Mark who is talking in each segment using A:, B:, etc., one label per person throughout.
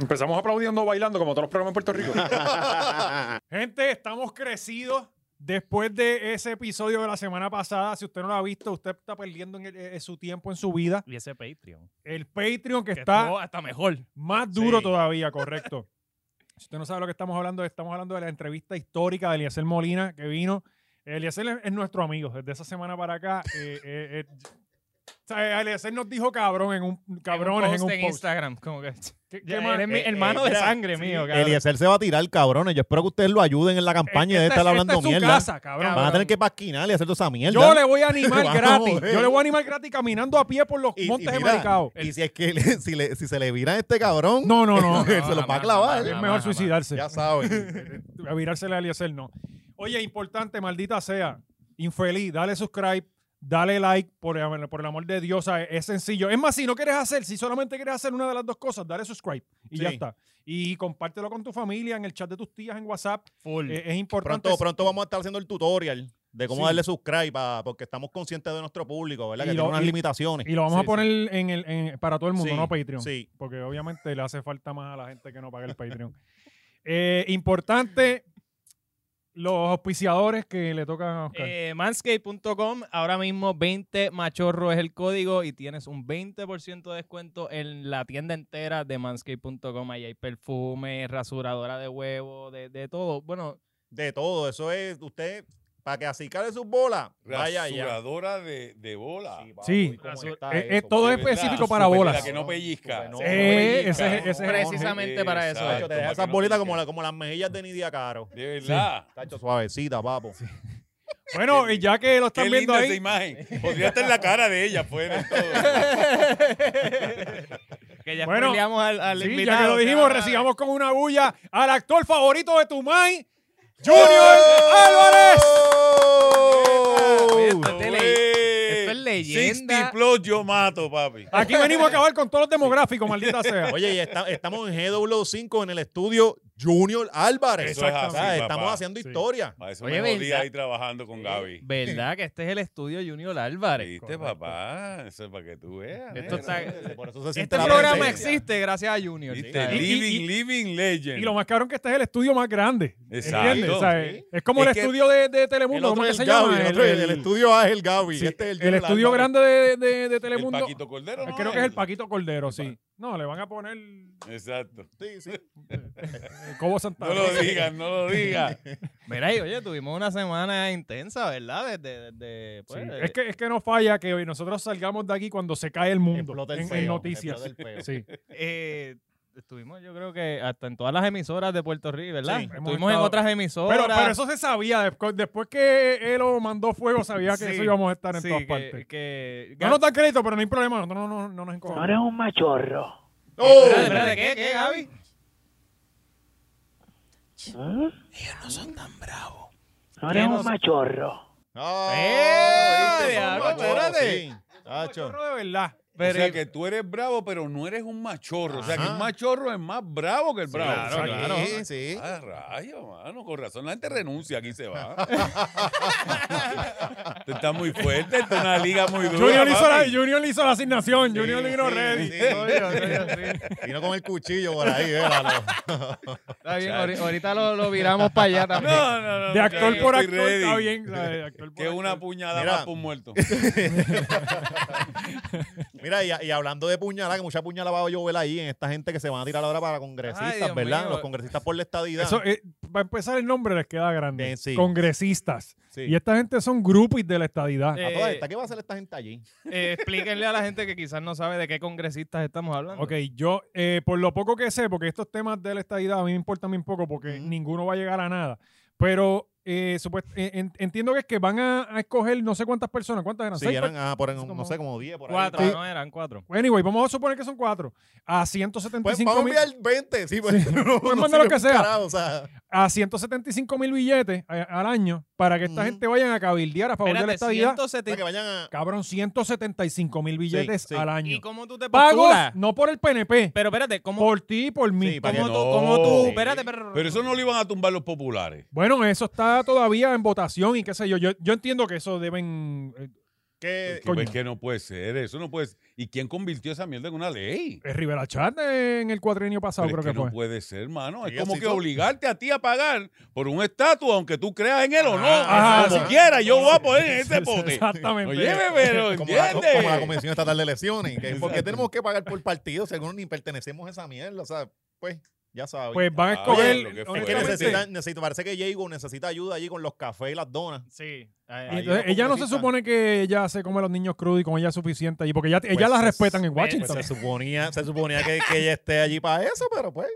A: Empezamos aplaudiendo, bailando, como todos los programas en Puerto Rico.
B: Gente, estamos crecidos después de ese episodio de la semana pasada. Si usted no lo ha visto, usted está perdiendo en el- eh, su tiempo en su vida.
C: Y ese Patreon.
B: El Patreon que
C: Que
B: está
C: estuvo hasta mejor.
B: más duro
C: Sí.
B: todavía, correcto. si usted no sabe lo que estamos hablando, estamos hablando de la entrevista histórica de Eliezer Molina que vino. Eliezer es, es nuestro amigo desde esa semana para acá. eh, eh, eh, o sea, Eliezer nos dijo cabrón en un cabrones en
C: post
B: un
C: en
B: post.
C: Instagram. Como que.
B: ¿Qué- qué
C: Ya,
B: más?
C: él es mi
D: Eh,
C: hermano
D: eh,
C: de
D: mira,
C: sangre mío, cabrón.
D: Eliezer se va a tirar, cabrones. Yo espero que ustedes lo ayuden en la campaña de estar hablando
B: esta Este es su
D: mierda.
B: casa, cabrón.
D: Van a tener que pasquinar y hacer toda esa mierda.
B: Yo le voy a animar
D: Vamos,
B: gratis.
D: eh.
B: Yo le voy a animar gratis caminando a pie por los
D: Y- y
B: montes de
D: mira,
B: Maricao.
D: Y si es que le- si, le- si se le vira a este cabrón,
B: No, no, no.
D: se los va a clavar.
B: es
C: jamás,
B: mejor
C: jamás.
B: suicidarse.
D: ya saben.
B: A virársele a Eliezer, no. Oye, importante, maldita sea. Infeliz, dale subscribe, dale like, por, el- por el amor de Dios. o sea, Es sencillo. Es más, si no quieres hacer, si solamente quieres hacer una de las dos cosas, dale subscribe y
D: Sí.
B: ya está. Y compártelo con tu familia, en el chat de tus tías, en WhatsApp.
C: Full.
B: Eh, es importante.
D: Pronto, pronto vamos a estar haciendo el tutorial de cómo
B: Sí.
D: darle subscribe pa- porque estamos conscientes de nuestro público, ¿verdad?
B: Y
D: que
B: lo-
D: tiene unas
B: y-
D: limitaciones.
B: Y lo vamos
D: Sí,
B: a poner en el, en- para todo el mundo,
D: Sí,
B: no Patreon.
D: Sí.
B: porque obviamente le hace falta más a la gente que no paga el Patreon. Eh, importante, los auspiciadores que le tocan a Oscar.
C: Eh, manscaped.com, ahora mismo 20 machorro es el código y tienes un 20% de descuento en la tienda entera de manscaped.com. Ahí hay perfume, rasuradora de huevo, de, de todo. Bueno,
D: De todo. Eso es, usted, para que así cale sus bolas, vaya allá.
E: Rasuradora de, de bola.
B: Sí.
D: ¿cómo
C: Rasur-
D: está
B: eh, eh,
D: eso,
B: todo
D: de
B: es
D: verdad?
B: específico para
D: Súper,
B: bolas.
D: la
E: que no
D: Súper,
E: pellizca.
D: no,
B: Sí,
D: no
B: ese
D: pellizca.
B: es- ese es el-
C: Precisamente para eso.
D: Tacho, Te deja
E: para
D: esas
E: que no
D: bolitas
E: pique.
D: como, la- como las mejillas de Nidia Caro.
E: De verdad.
D: Tacho, suavecita, papo.
B: bueno, y ya que lo
E: Qué
B: están viendo
E: linda esa
B: ahí,
E: imagen. Podría estar en la cara de ella, pues. en todo.
C: que ya
B: Bueno,
C: spoileamos al, al
B: sí, ya
C: invitado,
B: que lo
C: o sea,
B: dijimos,
D: eh.
C: ahora-
B: recibamos con una bulla al actor favorito de Tumay, Junior Álvarez.
D: ¡Oh!
C: Oye, esto es de ley.
E: Oye.
C: esto es leyenda.
E: 60 Pues, plus yo mato, papi.
B: Aquí venimos a acabar con todos los demográficos, maldita sea.
D: Oye, y está- estamos en GW5 en el estudio Junior Álvarez.
E: Eso es así,
D: O sea,
E: papá.
D: estamos haciendo
B: Sí.
D: historia.
E: Para eso
C: Oye, Eh,
E: me jodí
C: ¿verdad?
E: ahí trabajando con Gaby.
C: ¿Verdad que este es el estudio Junior Álvarez?
E: ¿Viste, papá? Eso es para que tú veas.
C: Esto
E: nena.
C: está-
D: Por eso se siente
C: Este
D: la
C: programa
D: presencia.
C: existe gracias a Junior. Este,
E: ¿Viste?
C: Y- y-
E: Living, living legend.
B: Y lo más caro es que este es el estudio más grande.
E: Exacto.
B: ¿Entiendes? O sea,
D: Sí.
B: Es como
E: Es
B: el
E: que
B: estudio de, de
D: El
B: Telemundo.
D: otro
B: ¿Cómo que
D: es
B: se
D: el Gaby,
B: llama?
D: el, otro es el- el estudio es el Gaby.
B: Sí,
D: este es el,
B: el
D: Junior
B: estudio
D: Álvarez.
B: grande de, de- de
E: el
B: Telemundo.
E: Paquito Cordero, ¿no?
B: Creo que es el Paquito Cordero, sí. No, le van a poner el
E: Exacto.
D: Sí, sí.
B: Cobo Santa
E: No lo
B: Rosa.
E: digas, no lo digas.
C: Mira, y oye, tuvimos una semana intensa, ¿verdad? Desde, desde
B: Sí,
C: pues,
B: Es, que, es que no falla que hoy nosotros salgamos de aquí cuando se cae el mundo
D: Explota el
B: en, en
D: peo,
B: noticias.
D: explota el peo.
B: Sí.
C: eh, estuvimos, yo creo que hasta en todas las emisoras de Puerto Rico, ¿verdad?
B: Sí, hemos
C: estuvimos en
B: estado-
C: otras emisoras.
B: Pero, pero eso se sabía. después- Después que él lo mandó fuego, sabía que
C: Sí,
B: eso íbamos a estar en
C: Sí,
B: todas
C: que-
B: partes.
C: que-
B: No nos dan crédito, pero no hay problema. No, no, no, no nos
F: No eres
B: encontramos.
F: un machorro.
D: ¡Oh!
C: Espérate, espérate, ¿qué, qué, Gaby?
F: ¿Mm? No eres un machorro.
D: ¡Oh!
C: ¡Eh!
D: ¿Viste?
C: Diablo,
D: Son machorros,
C: espérate.
D: sí. Tacho.
B: Chorro de verdad.
C: Pero,
E: o sea que tú eres bravo, pero no eres un machorro. O sea que
D: Ajá.
E: un machorro es más bravo que el bravo.
D: Claro,
E: Sí.
D: claro. Sí, sí.
E: Ah, rayo, mano, con razón. La gente renuncia, aquí se va. Esto está muy fuerte, esto es una liga muy dura.
B: Junior hizo, la,
E: papi.
B: Junior hizo la asignación. Junior
D: Sí,
B: vino
D: sí,
B: ready.
D: sí.
C: Coño, coño, sí.
D: Vino con el cuchillo por ahí, véalo.
C: Está bien, ahori- ahorita lo, lo viramos para allá también.
E: No, no, no.
B: De
E: no,
B: actor
E: yo
B: por
E: estoy
B: actor
E: ready.
B: está bien. o sea, de actor por
E: Que una
B: actor.
E: puñalada
D: Mira.
E: más por un muerto.
D: Mira, y, y hablando de puñalada, que mucha puñalada va a llover ahí en esta gente que se van a tirar ahora para congresistas,
C: Ay, Dios
D: ¿verdad?
C: mío.
D: Los congresistas por la estadidad.
B: Eso, eh, para empezar, el nombre les queda grande.
D: Sí, sí.
B: Congresistas.
D: Sí.
B: Y esta gente son grupis de la estadidad.
C: Eh,
D: A todas estas, ¿Qué va a hacer Ah, pues, esta gente allí?
C: Eh, explíquenle a la gente que quizás no sabe de qué congresistas estamos hablando.
B: Ok, yo, eh, por lo poco que sé, porque estos temas de la estadidad a mí me importan bien poco porque
D: Ujú.
B: ninguno va a llegar a nada. Pero eh, supuest- eh, en- entiendo que es que van a, a escoger no sé cuántas personas, cuántas eran.
D: Si
B: ¿Seis
D: eran, ah, por, en-
B: como-
D: no sé, como 10 por ahí.
C: Cuatro,
B: Sí.
C: no eran cuatro.
B: per- Anyway, vamos a suponer que son cuatro. A
D: Pues
B: 175
D: vamos
B: mil
D: a enviar 20, sí, pues. no-
B: Pues
D: no
B: manda lo
D: sirve
B: que
D: un
B: sea.
D: carajo, o sea,
B: a 175 mil billetes a- al año para que esta
D: Ujú.
B: gente vayan a cabildear a favor de la
C: Espérate,
B: estadidad.
C: 170
D: para que vayan a.
B: Cabrón, 175 mil billetes
D: sí.
B: al año.
C: ¿Y cómo tú te
B: Pagos
C: postulas?
B: no por el PNP,
C: Pero espérate, ¿cómo,
B: por ti y por mí.
D: Sí, para
C: cómo
D: que
C: tú,
E: no.
C: cómo tú?
E: Sí.
C: Espérate, pero...
E: Pero eso no lo iban a tumbar los populares.
B: Bueno, eso está todavía en votación y qué sé yo. Yo, yo entiendo que eso deben eh,
D: Que,
E: Pues
B: Coño.
E: que no puede ser, eso no puede ser. ¿Y quién convirtió esa mierda en una ley?
B: Es Rivera Chat eh, en el cuatrienio pasado,
E: Pero
B: creo
E: es
B: que,
E: que no
B: fue.
E: puede ser, hermano.
D: Sí,
E: Es como
D: así
E: que
D: son.
E: obligarte a ti a pagar por un estatus, aunque tú creas en él o no.
B: Ah,
E: como
B: sí.
E: quiera, yo voy a poner en ese
B: Sí, sí,
E: pote.
B: Exactamente.
E: Oye, pero
D: como, la,
E: ¿entiendes?
D: como la Comisión Estatal de Elecciones. Que, porque tenemos que pagar por partido si algunos ni pertenecemos a esa mierda. O sea, pues, ya sabes.
B: Pues van a
E: Ah,
B: escoger.
E: lo que fue.
D: Es que
B: honestamente,
D: necesita, necesita- parece que Diego necesita ayuda allí con los cafés y las donas.
C: Sí.
B: y
D: ahí
B: entonces,
D: los
B: ella no se
D: congresistas.
B: supone que ella se come a los niños crudos y con ella es suficiente allí, porque ella, ella
D: Pues,
B: la
D: es-
B: respetan en
E: eh,
C: pues,
B: Washington.
D: se suponía, se suponía que, que ella esté allí para eso, pero pues.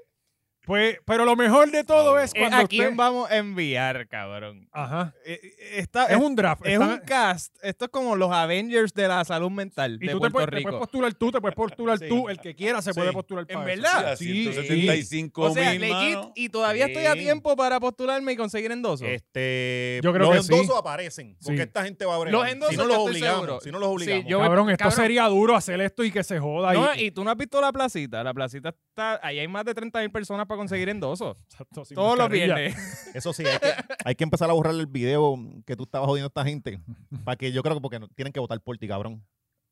B: Pues, pero lo mejor de todo es
C: Eh,
B: cuando
C: ¿A quién
B: usted-
C: vamos a enviar, cabrón?
B: Ajá.
C: Eh, eh, Está,
B: Es un draft.
C: es
B: están-
C: un cast. Esto es como los Avengers de la salud mental
B: y
C: de
B: tú te
C: Puerto
B: puedes, te
C: Rico.
B: puedes postular tú, te puedes postular tú, el que quiera se
D: Sí.
B: puede postular para eso.
C: verdad?
E: A
B: Sí,
E: 175
C: o sea,
E: mil,
C: legit,
E: mano.
C: y todavía estoy a
D: Sí.
C: tiempo para postularme y conseguir endosos.
D: Este,
B: Yo creo
D: los
B: que sí.
D: endosos aparecen. Porque
B: Sí.
D: esta gente va a bregar.
C: Los endosos
D: si no
C: yo
D: los
C: estoy
D: obligamos.
C: seguro.
D: Si no los obligamos.
C: Sí, yo-
B: cabrón, esto
C: cabrón.
B: sería duro hacer esto y que se joda.
C: No,
B: y,
C: y tú no has visto la placita. La placita está. Ahí hay más de 30 mil personas para conseguir endosos.
B: Exacto, sin
C: Todos los
B: mascarilla.
C: viernes.
D: Eso sí, hay que, hay que empezar a borrar el video que tú estabas jodiendo a esta gente. Para que yo creo que porque no- tienen que votar por ti, cabrón.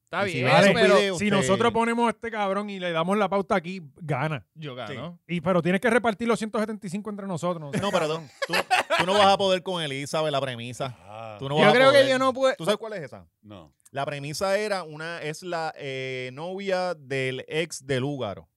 C: Está
D: Y si
C: bien,
D: ves esos
C: pero.
D: videos,
B: Si pues,
D: te-
B: nosotros ponemos a este cabrón y le damos la pauta aquí, gana.
C: Yo gano.
B: Y, pero tienes que repartir los 175 entre nosotros. no sé.
D: No, pero tú, tú- tú no vas a poder con Elizabeth, la premisa.
E: Ah,
D: Tú no
C: Yo
D: vas a
C: creo que
D: poder.
C: yo no puedo.
D: ¿Tú sabes cuál es esa?
E: no.
D: La premisa era una, es la eh, novia del ex de Lúgaro.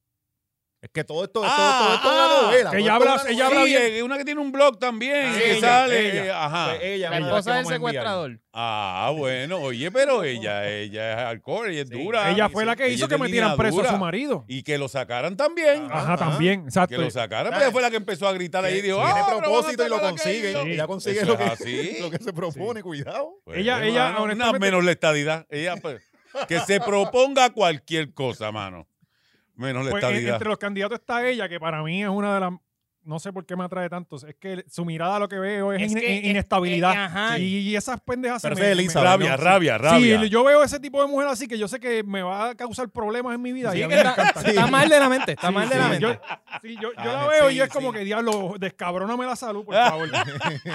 D: Es que todo esto, esto-
E: Ah,
D: todo esto es
E: ah,
D: una novela.
B: que
D: todo
B: ella
D: esto es
B: habla-
D: una
B: ella
E: Sí,
D: novela.
B: habla bien.
E: eh, una que tiene un blog también
B: Ah,
E: y que
B: ella,
E: sale.
B: ella.
E: eh, Ajá.
D: Pues ella,
C: La
D: una
C: esposa
D: las
C: del
D: que vamos a enviar.
C: secuestrador.
E: Ah, bueno, oye, pero ella, ella es hardcore, ella es
D: Sí.
E: dura.
B: Ella fue la que
E: Ella
B: hizo
E: es
B: que
E: de
B: metieran
E: línea
B: preso a
E: dura.
B: su marido.
E: Y que lo sacaran también.
B: Ajá,
D: Ajá.
B: también, exacto.
E: Que lo sacaran, pero ella fue la que empezó a gritar ahí y dijo,
D: pues. tiene
E: ah, pero vamos a
D: propósito y lo
E: sacar a la
D: consigue.
E: calle".
D: Ella consigue
E: Eso
D: lo
E: es
D: que,
E: así.
D: lo que se propone, cuidado.
E: Pues,
B: Ella- ella,
E: hermano, nada
B: honestamente-
E: menos la estadidad. Ella, pues, que se proponga cualquier cosa, mano. Menos la
B: Pues, en-
E: estadidad.
B: entre los candidatos está ella, que para mí es una de las... No sé por qué me atrae tanto. Es que su mirada lo que veo es,
C: Es
B: in-
C: que,
B: in-
C: eh,
B: inestabilidad.
C: eh, ajá.
B: Y, y esas pendejas
D: Pero
B: se
D: esa
B: me-
D: es
B: me-
D: Elizabeth,
E: rabia, rabia, rabia.
B: Sí, yo veo ese tipo de mujer así que yo sé que me va a causar problemas en mi vida.
E: Sí,
B: y a mí
E: que
B: me
E: la-
B: encanta.
C: Está mal de la mente, está
B: Sí,
C: mal de
B: sí,
C: la mente.
B: Yo, sí, yo, yo la
D: Ah,
B: veo y
D: sí,
B: yo es como
D: sí.
B: que, diablo, descabróname la salud, por favor.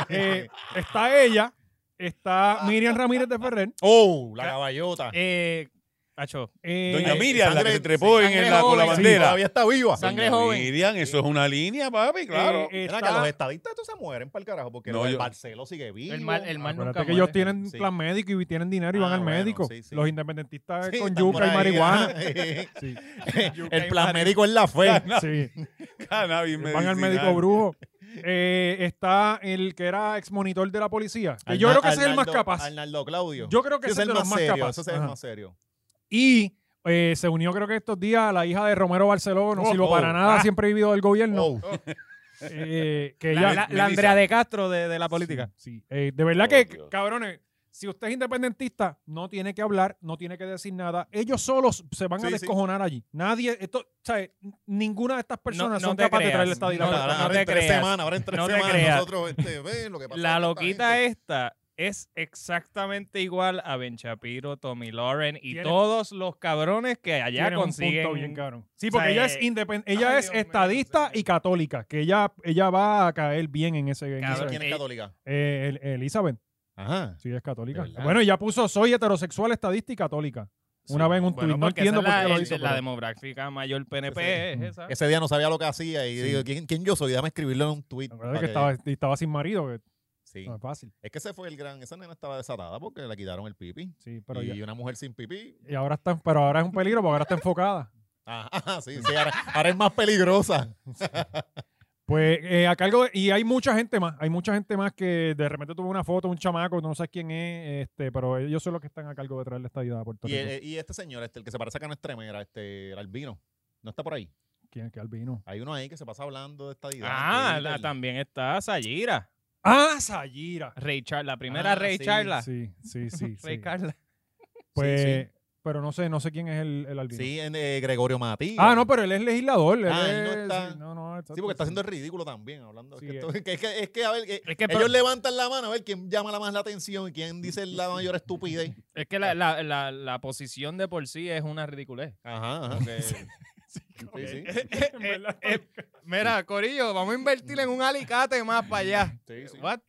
B: Eh, está ella, está Miriam Ramírez de Ferrer.
D: Oh, la caballota.
C: Eh, Acho,
B: eh,
E: Doña
D: eh,
E: Miriam, la que
D: sangre-
E: se trepó
C: sí,
E: en,
C: sangre
E: la, con la
C: joven, sí,
E: bandera.
D: Todavía está viva.
E: Doña
C: Sangre joven.
E: Miriam, eso es una línea, papi, claro.
B: eh,
D: Mira
B: está-
D: que los estadistas estos se mueren para el carajo porque
E: No,
D: el
E: yo-
D: Barcelo sigue vivo.
C: el mal, el mal
B: Acuérdate
C: nunca
B: que ellos
C: muere.
B: tienen
D: Sí.
B: plan médico y tienen dinero y
D: Ah,
B: van al
D: bueno,
B: médico.
D: sí, sí.
B: Los independentistas
D: Sí,
B: con
D: están por
B: yuca y
D: ahí,
B: marihuana.
D: ajá.
B: Sí,
D: el plan médico es la fe.
B: sí.
E: Cannabis
B: Van al
E: medicinal.
B: médico brujo. Eh, está el que era ex monitor de la policía. que yo
D: Arna-
B: creo que ese es el más
D: Arnaldo-
B: capaz.
D: Arnaldo Claudio.
B: Yo creo que
D: Ese
B: ese es el de los más
D: serio,
B: capaz.
D: Ese es el
B: Ajá.
D: más serio.
B: Y eh, se unió, creo que estos días, a la hija de Romero Barceló, no
D: Oh,
B: sirvo
D: oh,
B: para nada,
D: ah.
B: siempre he vivido del gobierno.
D: Oh.
B: eh, que
C: La,
B: ella-
C: la- la
E: Melissa.
C: Andrea de Castro de, de la política.
B: Sí, eh, de verdad
E: Oh,
B: que,
E: Dios.
B: cabrones, si usted es independentista, no tiene que hablar, no tiene que decir nada. Ellos solos se van a
D: Sí, sí.
B: descojonar allí. Nadie, esto, o sea, ninguna de estas personas
C: no
B: son
C: te
B: capaces de
C: creas.
B: traer esta
C: No,
B: dinámica.
D: Ahora- ahora,
C: no
D: ahora
C: te
D: en tres
C: creas.
D: semanas, ahora en tres
C: No te
D: semanas
C: creas.
D: nosotros este, ven lo que pasa.
C: La loquita esta es exactamente igual a Ben Shapiro, Tommy Lauren y
B: Tiene-
C: todos los cabrones que allá
B: Tiene un punto
C: consiguen.
B: bien cabrón. Sí,
C: O sea,
B: porque ella es
C: eh,
B: independ- ella
C: ay,
B: es
C: Dios mío,
B: estadista
C: señor.
B: y católica, que ella, ella va a caer bien en ese. en
C: Cabrón.
B: ese-
D: ¿Quién es católica?
B: Eh, el- Elizabeth.
D: Ajá.
B: Sí, es católica.
D: ¿De verdad?
B: Bueno, ya puso soy heterosexual, estadista y católica. Una vez en un
C: Bueno,
B: tuit. No
C: porque esa
B: entiendo por
C: es
B: qué
C: la,
B: lo
C: el-
B: hizo.
C: la
B: pero-
C: demográfica mayor PNP
D: Sí.
C: es esa.
D: Ese día no sabía lo que hacía y digo, ¿quién, quién yo soy? Déjame escribirlo en un tweet.
B: Acuérdate que estaba, y estaba sin marido, que
D: Sí.
B: no es fácil.
D: Es que ese fue el gran. Esa nena estaba desatada porque le quitaron el pipi.
B: Sí, pero
D: y
B: ya-
D: una mujer sin pipí.
B: y ahora está, pero ahora es un peligro porque ahora está enfocada.
D: Ajá, ajá, sí, sí. Ahora, ahora es más peligrosa.
B: Pues eh, a cargo de- y hay mucha gente más, hay mucha gente más que de repente tuvo una foto, un chamaco, no sé quién es, este, pero ellos son los que están a cargo de traerle esta ayuda a Puerto
D: Y,
B: Rico.
D: el- y este señor, este, el que se parece que no es tremera, este, el albino. No está por ahí.
B: ¿Quién? ¿Qué albino?
D: Hay uno ahí que se pasa hablando de esta idea.
C: ah, la- también está Sayira.
B: Ah, Sayira.
C: Ray Char- la primera
D: Ah,
C: Ray
D: sí,
C: Charla.
B: Sí, sí, sí.
C: Ray
B: sí.
C: Carla.
B: Pues,
D: Sí, sí.
B: pero no sé, no sé quién es el, el albino.
D: Sí, en, eh, Gregorio Matías.
B: Ah, no, pero él es legislador. él
D: Ah, él no
B: es-
D: está-
B: sí, no, no,
D: Sí, porque está haciendo el ridículo también, hablando. de
B: Sí,
D: que
B: eh.
D: esto- que es, que, es que, a ver, que
C: Es que,
D: ellos levantan la mano a ver quién llama la más la atención y quién dice la mayor estupidez.
C: es que la, la- la- la posición de por sí es una ridiculez.
D: Ajá, ajá. Sí, sí.
C: mira, Corillo, vamos a invertir en un alicate más para allá.
D: Sí, sí.
C: What?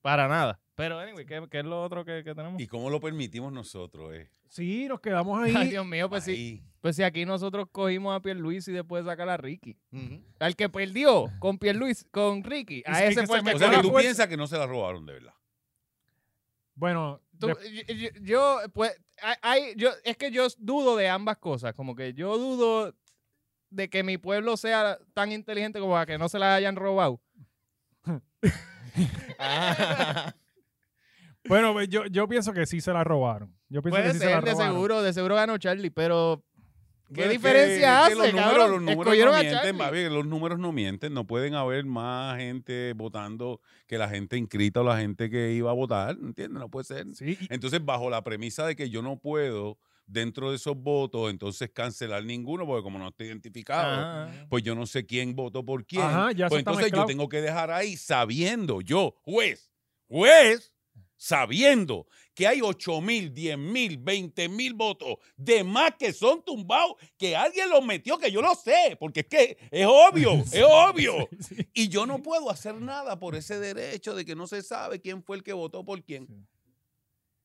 C: Para nada. Pero, anyway, ¿qué, qué es lo otro que, que tenemos?
E: ¿Y cómo lo permitimos nosotros? eh?
B: Sí, nos quedamos ahí.
C: Ay, Dios mío, pues sí.
E: Ahí.
C: Pues si aquí nosotros cogimos a Pierluis y después sacar a Ricky.
D: Ujú.
C: Al que perdió con Pierluis, con Ricky. A
B: Es que
C: ese
B: que
C: fue
B: se
C: el
B: me
C: que
E: O sea, que
B: Ahora,
E: tú
B: pues-
E: piensas que no se la robaron de verdad.
B: Bueno,
C: Tú-
B: de-
C: yo, yo- yo, pues, hay, hay- yo, es que yo dudo de ambas cosas. Como que yo dudo de que mi pueblo sea tan inteligente como a que no se la hayan robado.
D: Ah,
B: bueno pues yo, yo pienso que sí se la robaron. Yo pienso
C: Puede
B: que Pues sí se la
C: ser, de
B: robaron.
C: seguro, de seguro ganó Charlie, pero ¿qué
E: Bueno, es Pues que-
C: diferencia
E: es que
C: hace,
E: los números,
C: cabrón?
E: los números
C: Escogieron
E: no
C: a
E: mienten,
C: Charlie.
E: papi, los números no mienten. No pueden haber más gente votando que la gente inscrita o la gente que iba a votar. ¿Entiendes? No puede ser.
B: Sí, y-
E: Entonces, bajo la premisa de que yo no puedo, dentro de esos votos, entonces cancelar ninguno, porque como no estoy identificado,
C: Ajá.
E: pues yo no sé quién votó por quién.
B: Ajá, ya eso
E: pues
B: está
E: entonces yo
B: mezclado.
E: tengo que dejar ahí sabiendo, yo, juez, juez, sabiendo que hay 8 mil, 10 mil, 20 mil votos de más que son tumbados, que alguien los metió, que yo lo sé, porque es que es obvio, es obvio. Y yo no puedo hacer nada por ese derecho de que no se sabe quién fue el que votó por quién.
B: Sí.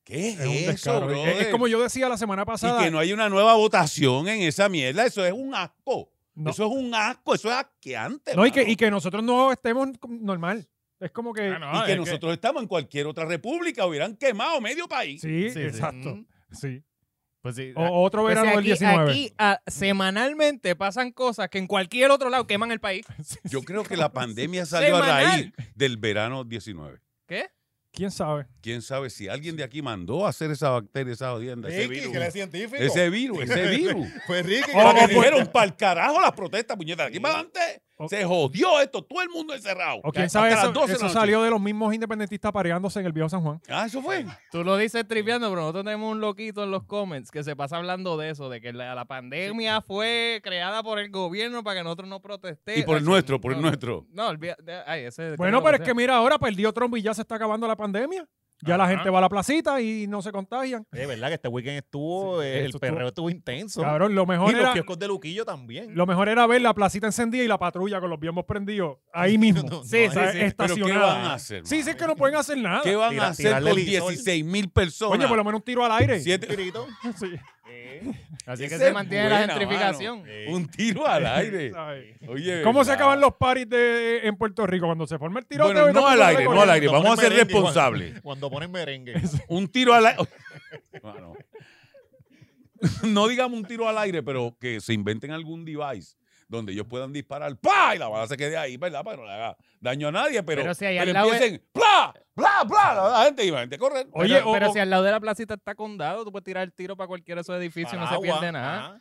E: ¿Qué es,
B: es un
E: eso,
B: descaro. Es- Es,
E: brother?
B: como yo decía la semana
E: y
B: pasada.
E: que no hay una nueva votación en esa mierda, eso es un asco.
B: no,
E: Eso es un asco, eso es asqueante.
B: no, y, que,
E: mano.
B: y que nosotros no estemos normal. Es como que.
C: Ah, no,
E: Y
C: es
E: que nosotros estamos en cualquier otra república, hubieran quemado medio país.
B: Sí, Oh,
D: Sí, sí.
B: exacto.
D: Mm.
B: Sí. ah,
D: Pues sí.
B: O- otro
C: Pues
B: verano
C: si
B: del
C: aquí,
B: 19.
C: aquí, ah, semanalmente pasan cosas que en cualquier otro lado queman el país.
E: Yo creo que la pandemia salió a raíz del verano 19.
C: ¿Qué?
B: ¿Quién sabe?
E: Quién sabe si alguien de aquí mandó a hacer esa bacteria, esa jodienda, ese
D: Ricky,
E: virus.
D: que era científico.
E: Ese virus, ese virus.
D: Fue Ricky. que
E: O
D: era
E: que
D: científico.
E: dijeron, para el carajo las protestas, puñetas. Aquí para adelante
B: O-
E: se jodió esto, todo el mundo encerrado.
B: O quién sabe,
E: Hasta las
B: eso,
E: 12 de
B: eso
E: la noche.
B: salió de los mismos independentistas pareándose en el viejo San Juan.
E: Ah, eso fue.
C: Tú lo dices tripeando, pero nosotros tenemos un loquito en los comments que se pasa hablando de eso, de que la, la pandemia fue creada por el gobierno para que nosotros no protestemos.
E: Y por el nuestro, por el nuestro.
C: No, olvídate. Ay, ese,
B: Bueno, pero es que mira, ahora perdió Trump y ya se está acabando la pandemia. Ya la
C: Ajá.
B: gente va a la placita y no se contagian.
D: Es verdad que este weekend estuvo,
B: Sí,
D: eh, el
B: eso estuvo-
D: perreo estuvo intenso.
B: Cabrón, lo
D: y
B: mejor,
D: los
B: era,
D: kioscos de Luquillo también.
B: lo mejor era ver la placita encendida y la patrulla con los biombos prendidos ahí mismo.
D: No, no,
B: sí,
D: ahí
B: o sea,
C: sí.
E: Pero ¿qué
B: estacionada.
E: van a hacer?
B: sí, sí, es que no pueden hacer nada.
E: ¿Qué van
D: Tira-
E: a hacer
D: tirarle
E: con
D: el sol.
E: 16 mil personas?
B: Coño, por lo menos un tiro al aire.
E: Siete-
D: Grito.
B: Sí.
D: Eh,
C: Así que
E: Esa
C: se
E: es
C: mantiene la
E: buena,
C: gentrificación.
E: Un tiro al aire.
B: ¿Sabes?
E: Oye,
B: ¿Cómo se
E: ¿verdad?
B: acaban los paris de, en Puerto Rico cuando se forma el tiroteo?
E: Bueno,
B: y todo
E: no
B: el
E: al
B: mundo sale
E: aire, no
B: corriendo?
E: al aire.
D: Cuando
E: Vamos a
D: ponen
E: ser
D: merengue, cuando-
E: responsables.
D: Cuando ponen merengue.
E: Un tiro al aire. Bueno, no digamos un tiro al aire, pero que se inventen algún device donde ellos puedan disparar ¡pa! y la bala se quede ahí, ¿verdad? Para que no le haga daño a nadie, pero,
C: Pero si ahí al
E: pero
C: lado es-
E: empiecen ¡bla! ¡bla! ¡bla! La, la gente y la gente corre.
B: Oye,
C: pero,
B: o-
C: pero
B: o-
C: si al lado de la placita está condado, tú puedes tirar el tiro para cualquiera de esos edificios y no se
D: Paraguas,
C: pierde nada.
D: ajá.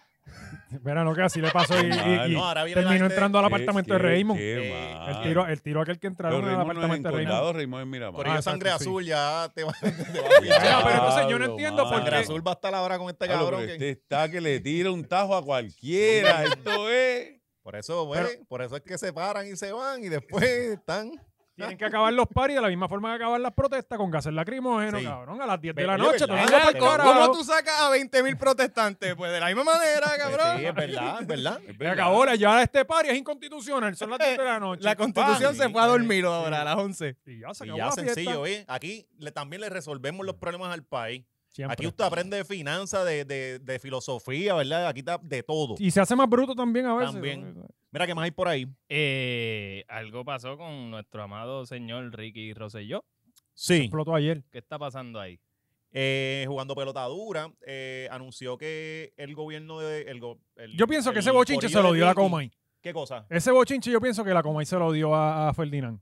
B: Mira, no, que así le pasó y, y-
E: Ah,
B: y
D: no, ahora viene la
B: terminó
D: gente-
B: entrando al apartamento de Raymond.
E: El
B: El tiro, el tiro aquel que entraron al
E: Raymond no es en
B: apartamento de Raymond.
E: Condado, Raymond es en Miramar.
D: Por ello,
B: Ah,
D: sangre
B: exacto, sí.
D: azul ya te va, te va a
B: Mira,
D: pillar.
B: pero entonces yo no
E: Diablo,
B: entiendo por
D: Sangre
B: qué-
D: azul va a estar ahora con este
E: Claro, pero
D: cabrón. que-
E: este está que le tira un tajo a cualquiera. Esto es.
D: Por eso, güey, por eso es que se paran y se van y después están. Eh,
B: Tienen que acabar los paris de la misma forma que acaban las protestas con gases lacrimógenos,
D: Sí.
B: cabrón, a las 10 de
D: Ve-
B: la
D: oye,
B: noche.
D: ¿verdad?
B: todo el mundo
D: Es
B: pa'l
D: verdad.
B: carajo.
C: sacas a 20 mil protestantes? Pues de la misma manera,
D: Sí, es verdad, es verdad.
B: Se acabó la ya este pari es inconstitucional, son las 10 de la noche.
D: Constitución se fue
C: pues,
D: a dormir
B: ahora, a las
C: 11.
B: Y ya se
D: Y
B: acabó
D: ya
B: la fiesta.
D: sencillo, eh. oye. Aquí le, también le resolvemos los problemas al país.
B: Siempre.
D: Aquí usted aprende de finanzas, de, de- de filosofía, ¿verdad? Aquí está de todo.
B: Y se hace más bruto también a veces.
D: También. Mira, ¿qué más hay por ahí?
C: Eh, algo pasó con nuestro amado señor Ricky Rosselló.
D: Sí.
B: Explotó ayer.
C: ¿Qué está pasando ahí?
D: eh, jugando pelota dura, eh, anunció que el gobierno de. El go- el-
B: Yo pienso que
D: el
B: ese bochinche
D: corillo
B: se lo
D: de
B: dio la
D: Ricky-
B: Comay.
D: ¿Qué cosa?
B: Ese bochinche yo pienso que la Comay se lo dio a, a Ferdinand.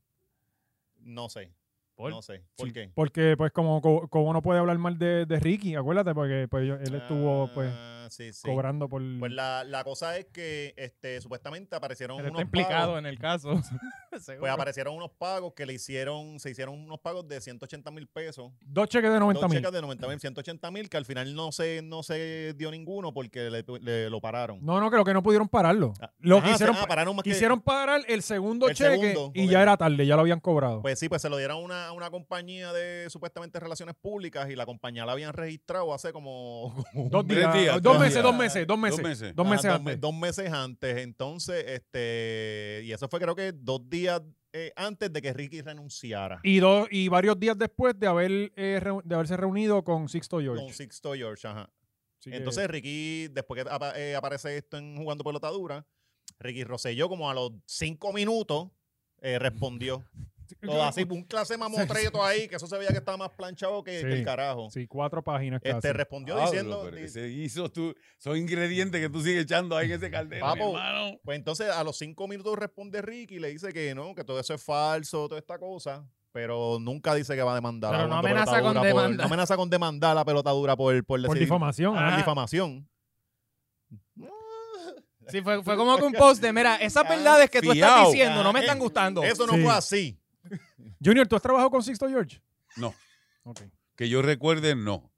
D: No sé.
C: ¿Por?
D: No sé. ¿Por
B: Sí,
D: qué?
B: Porque pues como, co- como no puede hablar mal de, de Ricky, acuérdate, porque pues, yo- él estuvo pues
D: Ah, sí, sí.
B: cobrando por...
D: Pues la, la cosa es que este, supuestamente aparecieron
C: Él está
D: unos
C: implicado
D: pagos.
C: en el caso.
D: Pues aparecieron unos pagos que le hicieron, se hicieron unos pagos de 180 mil pesos.
B: Dos cheques de 90
D: Dos
B: mil.
D: checas de 90 mil, 180 mil, que al final no se, no se dio ninguno porque le, le- lo pararon.
B: No, no, creo que no pudieron pararlo. Lo
D: Ajá,
B: quisieron,
D: ah, pararon más que-
B: quisieron parar el segundo
D: El
B: cheque
D: segundo,
B: y
D: ok.
B: ya era tarde, ya lo habían cobrado.
D: Pues sí, pues se lo dieron a una, una, una compañía de supuestamente relaciones públicas y la compañía la habían registrado hace como, como un
B: Dos
E: Tres
B: días.
E: días,
B: dos,
E: tres
B: meses,
E: días.
B: dos meses, dos meses, dos meses.
E: meses.
D: Ajá,
B: antes.
D: me- Ah, dos meses antes. Entonces, este, y eso fue creo que dos días eh, antes de que Ricky renunciara
B: Y, dos, y varios días después de, haber, eh, reu- de haberse reunido con Sixto George.
D: con Sixto George. Ajá.
B: Así que-
D: Entonces, Ricky, después que apa- eh, aparece esto en Jugando Pelotadura, Ricky Rosselló, como a los cinco minutos, eh, respondió. Todo así, un clase mamotreto ahí, que eso se veía que estaba más planchado que, que
B: Sí.
D: el carajo.
B: Sí, cuatro páginas casi.
D: Este respondió
E: Pablo,
D: diciendo.
E: pero
D: di-
E: ese guiso tú, son ingredientes que tú sigues echando ahí en ese caldero, mi
D: Papo.
E: hermano.
D: Pues entonces a los cinco minutos responde Ricky y le dice que no, que todo eso es falso, toda esta cosa, pero nunca dice que va a demandar. a
C: Pero no
D: Orlando
C: amenaza
D: Pelota
C: con
D: Dura por-
C: demanda.
D: no amenaza con demandar a la pelota dura por, por
B: Por
D: decir-
B: difamación. ah,
D: por
B: ajá.
D: difamación.
C: Sí, fue, fue como que un post de, mira, esas verdades que tú estás
E: Fiao.
C: diciendo no me están gustando.
D: Eso no
B: Sí.
D: fue así.
B: Junior, ¿tú has trabajado con Sixto George?
E: No.
B: Ok.
E: Que yo recuerde, no.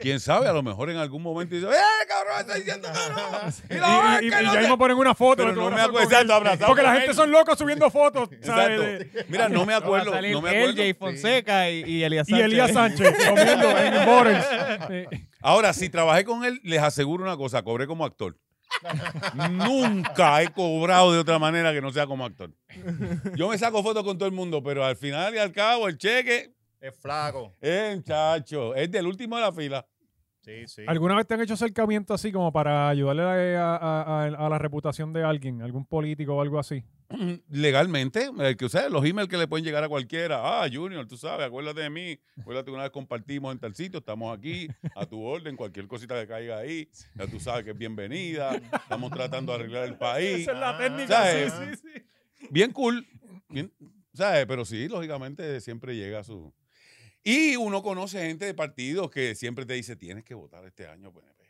E: Quién sabe, a lo mejor en algún momento dice, ¡eh, cabrón! Está diciendo que no. Y la
B: y, y-
E: vaca,
B: y
E: no
B: ya
E: sé".
B: mismo ponen una foto.
E: Pero
B: del
E: no me
B: abrazo
E: acuerdo,
B: con él.
E: exacto, abrazado
B: Porque la
E: con
B: gente
E: él.
B: son locos subiendo fotos, ¿sabes? De-
E: Exacto. Mira, no me
C: Va a
E: acuerdo.
C: salir
E: No me
C: él,
E: acuerdo.
C: Jay Fonseca y, y Elías
B: Y
C: Sánchez.
B: Elías Sánchez comiendo en Borens. Eh,
E: Ahora, si trabajé con él, les aseguro una cosa, cobré como actor. Nunca he cobrado de otra manera que no sea como actor. Yo me saco fotos con todo el mundo, pero al final y al cabo, el cheque,
D: Es flaco.
E: eh, chacho, es del último de la fila.
D: Sí, sí.
B: ¿Alguna vez te han hecho acercamiento así como para ayudarle a, a- a- a la reputación de alguien, algún político o algo así?
E: Legalmente, el que ustedes, los emails que le pueden llegar a cualquiera. Ah, Junior, tú sabes, acuérdate de mí. Acuérdate que una vez compartimos en tal sitio, estamos aquí, a tu orden, cualquier cosita que caiga ahí, ya tú sabes que es bienvenida. Estamos tratando de arreglar el
D: es
E: país.
D: la
B: Ah,
D: técnica,
E: sí,
D: sí,
B: sí.
E: bien cool, bien, ¿sabes? Pero sí, lógicamente siempre llega a su... Y uno conoce gente de partidos que siempre te dice, tienes que votar este año, PNP.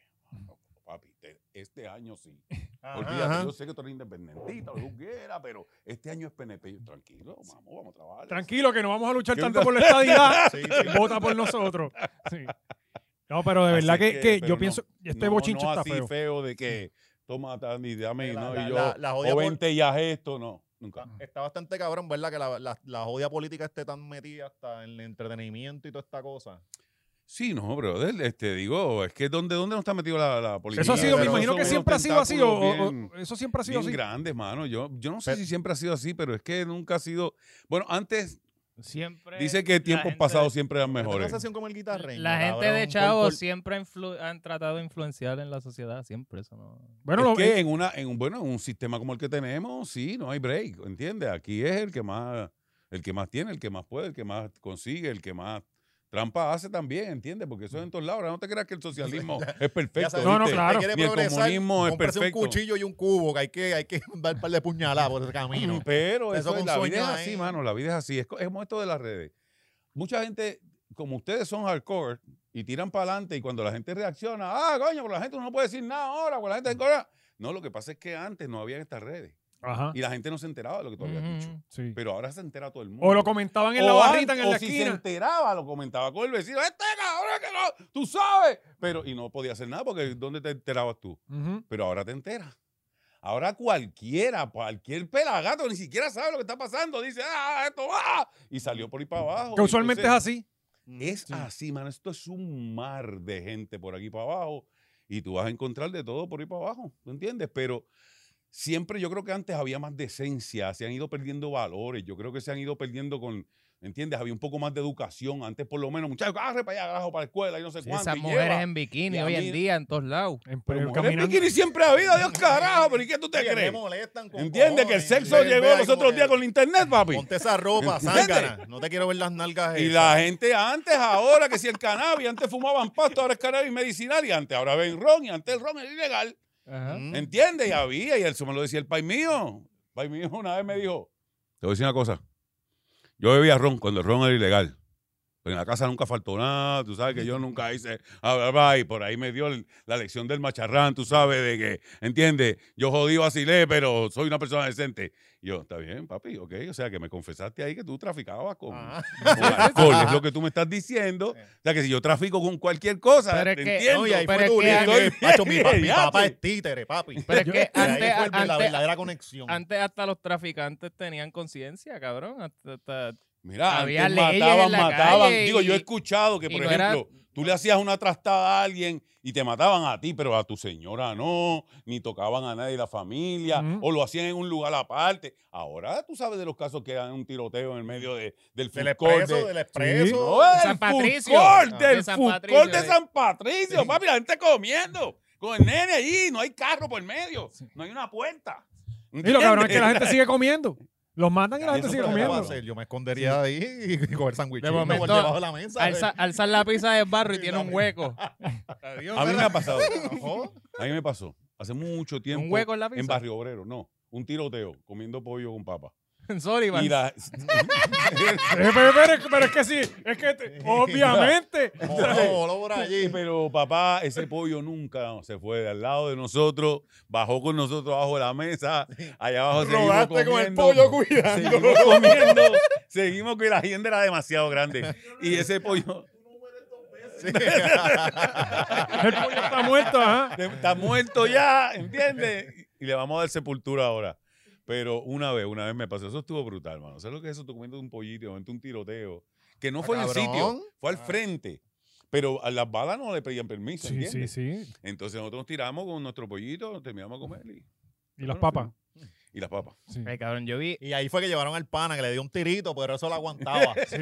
E: Papi, te- este año sí.
D: Ajá,
E: Olvídate,
D: ajá.
E: yo sé que tú eres independentista, juguera, pero este año es PNP. Yo, tranquilo, vamos, vamos a trabajar.
B: Tranquilo, que no vamos a luchar
E: ¿Qué
B: tanto
E: onda?
B: por la estadidad.
D: Sí, sí.
B: Vota por nosotros. Sí. No, pero de
E: Así
B: verdad que,
E: que,
B: que
E: pero
B: yo
E: no,
B: pienso, este
E: No,
B: bochincho
E: no
B: está
E: así
B: feo.
E: de que toma tan y dame y
D: La-
E: no,
D: la-
E: y yo,
D: la- la jodida
E: o
D: por-
E: 20 y haz esto, no, nunca.
D: Está bastante cabrón, ¿verdad? Que la, la, la jodia política esté tan metida hasta en el entretenimiento y toda esta cosa.
E: Sí, no, brother, este, digo, es que ¿dónde, dónde no está metido la, la política?
B: Eso ha sido, me
E: Pero
B: imagino
E: son
B: que
E: unos
B: siempre ha sido así. o-
E: tentáculos
B: o- o-
E: bien-
B: eso siempre ha sido
E: bien
B: así.
E: grandes, mano. Yo, yo no sé
D: Pero-
E: si siempre ha sido así, pero es que nunca ha sido. Bueno, antes
C: Siempre
D: Pues,
E: dice que
C: la
E: tiempos
C: gente-
E: pasados siempre eran
D: Esta
E: mejores.
D: conversación como el guitarreño,
C: La gente
D: cabrón,
C: de
D: por-
C: Chavo
D: por-
C: siempre influ- han tratado de influenciar en la sociedad, siempre. Eso no.
B: Bueno, lo- eh,
E: es que en una, en un, bueno, en un sistema como el que tenemos, sí, no hay break, ¿entiendes? Aquí es el que más, el que más tiene, el que más puede, el que más consigue, el que más trampa hace también, ¿entiendes? Porque eso es en todos lados. Ahora no te creas que el socialismo es
D: Ya
E: perfecto.
D: sabes,
B: No, no,
E: ¿viste?
D: usted
B: claro.
D: quiere
E: Ni el
D: progresar,
E: comunismo es
D: cómprese
E: perfecto.
D: un cuchillo y un cubo, que hay que, hay que dar un par de puñaladas por ese camino.
E: Mm, Pero
D: Eso
E: eso
D: con
E: es- la vida es
D: sueño
E: así,
D: ahí.
E: mano. La vida es así. Es, co- es como esto de las redes. Mucha gente, como ustedes son hardcore y tiran para adelante, y cuando la gente reacciona, ah, coño, pero la gente no puede decir nada ahora, porque la
D: Mm.
E: gente. ahora". No, lo que pasa es que antes no había estas redes
B: Ajá.
E: y la gente no se enteraba de lo que tú habías dicho.
B: sí.
E: Pero ahora se entera todo el mundo.
B: O lo comentaban en
E: O
B: la barrita,
E: antes-
B: en la
E: o si se
B: esquina.
E: enteraba, lo comentaba con el vecino, este cabrón que no, tú sabes. Pero, y no podía hacer nada porque ¿dónde te enterabas tú?
B: Ujú.
E: pero ahora te enteras. Ahora cualquiera, cualquier pelagato ni siquiera sabe lo que está pasando. Dice, ah, esto va. Y salió por ahí para abajo.
B: Que usualmente es
E: Entonces,
B: así.
D: Mm,
E: es así, mano. Esto es un mar de gente por aquí para abajo. Y tú vas a encontrar de todo por ahí para abajo. ¿Tú entiendes? Pero siempre yo creo que antes había más decencia. Se han ido perdiendo valores. Yo creo que se han ido perdiendo con. ¿Entiendes? Había un poco más de educación. Antes, por lo menos, muchachos, agarre para allá, agarro para la escuela y no sé
C: Sí,
E: cuánto.
C: esas
E: y
C: mujeres
E: Pues lleva".
C: en bikini
E: Y a
C: hoy
E: mí-
C: en día en todos lados.
B: En,
E: Pero
B: eh,
E: mujeres en
B: caminando.
E: bikini siempre ha habido, Dios carajo. ¿Pero y qué tú te
D: Oye, me
E: crees?
D: molestan con
E: ¿Entiendes que el
D: cojones.
E: sexo
D: Ven,
E: llegó
D: ven,
E: los otros
D: como
E: días
D: que-
E: con la internet, papi?
D: Ponte esa ropa,
E: ¿Entiendes?
D: zángana. No te quiero ver las nalgas
E: Y
D: esas.
E: la gente antes, ahora, que si el cannabis, antes fumaban pasto, ahora es cannabis medicinal y antes, ahora ven ron y antes el ron es ilegal.
D: Mm.
E: ¿Entiendes? Y había, y eso me lo decía el país mío. El país mío una vez me dijo, te voy a decir una cosa, yo bebía ron cuando el ron era ilegal. Pero en la casa nunca faltó nada, tú sabes que yo nunca hice, ah, bla, bla, y por ahí me dio el- la lección del macharrán, tú sabes, de que, ¿entiendes? Yo jodí vacilé, pero soy una persona decente. Y yo, está bien, papi, ok, o sea que me confesaste ahí que tú traficabas con,
C: Ah.
D: Ajá.
E: con alcohol, es lo que tú me estás diciendo. O sea, que si yo trafico con cualquier cosa,
C: Eh. Pero es
E: te
C: que-
E: entiendo.
D: No, y ahí
C: Pero
D: fue
C: es
D: tu
C: que-
D: líder,
E: Estoy-
D: macho, mi, pa- mi
E: Fíjate.
D: papá es títere, papi.
C: Pero es que
D: Y ahí
C: antes,
D: fue la
C: antes-
D: verdadera conexión.
C: antes hasta los traficantes tenían conciencia, cabrón. Hasta- hasta-
E: Mira,
C: Había
E: antes
C: leyes en
E: mataban,
C: la
E: mataban.
C: calle
E: Digo, yo he
C: y-
E: escuchado que,
C: y
E: por
C: no era-
E: ejemplo, tú le hacías una trastada a alguien y te mataban a ti, pero a tu señora no, ni tocaban a nadie de la familia,
B: Ujú.
E: o lo hacían en un lugar aparte. Ahora tú sabes de los casos que dan un tiroteo en el medio de-
D: Del
E: del food court
D: expreso,
E: de-
D: del
E: No,
D: expreso.
E: del
C: San
E: food
C: Patricio.
E: court,
C: Ah, de
E: del
C: San
E: food
C: Patricio, eh.
E: court de
C: sí.
E: San Patricio. Papi, la gente comiendo. Con el nene ahí, no hay carro por medio, no hay una puerta.
B: Y lo cabrón es que la gente sigue comiendo. Los matan y la
E: Eso
B: gente
E: fue
B: sigue
E: lo que
D: ¿Qué va a
B: comiendo.
D: hacer? Yo me escondería ahí y, y comer sándwich.
C: De
D: por
C: momento,
D: debajo de la mesa.
C: Alza- alzar la pizza del barro y
D: Sí,
C: tiene un
D: dale.
C: hueco. Adiós,
E: A mí me
C: ¿verdad?
E: ha pasado.
D: Ojo.
E: A mí me pasó. Hace mucho tiempo.
C: un hueco en la
E: En
C: pizza.
E: Barrio Obrero, no. Un tiroteo, comiendo pollo con papa.
C: En Sullivan.
E: Y la-
B: Eh, pero, pero- pero es que sí, es que te- obviamente.
D: Ojo, ojo, por
E: Sí,
D: allí.
E: pero papá, ese pollo nunca se fue de al lado de nosotros, bajó con nosotros abajo de la mesa, allá abajo seguimos
D: Rodaste con el
E: comiendo,
D: pollo cuidando.
E: Seguimos comiendo, seguimos que la agenda era demasiado grande. Y ese pollo
B: El pollo está muerto, ajá.
E: está muerto ya, ¿entiendes? Y le vamos a dar sepultura ahora. Pero una vez, una vez me pasó, eso estuvo brutal, mano. ¿Sabes lo que es eso? Tú comiendo un pollito, de momento un tiroteo, que no
D: Ah,
E: fue en el
D: cabrón. Ah.
E: sitio, fue al frente. Pero a las balas no le pedían permiso,
B: Sí,
E: ¿entiendes?
B: sí, sí.
E: Entonces nosotros nos tiramos con nuestro pollito, terminamos a comer y,
B: Y las papas.
E: y las papas.
B: Sí.
C: Ay, cabrón, yo vi.
D: Y ahí fue que llevaron al pana que le dio un tirito, pero eso lo aguantaba. Eso,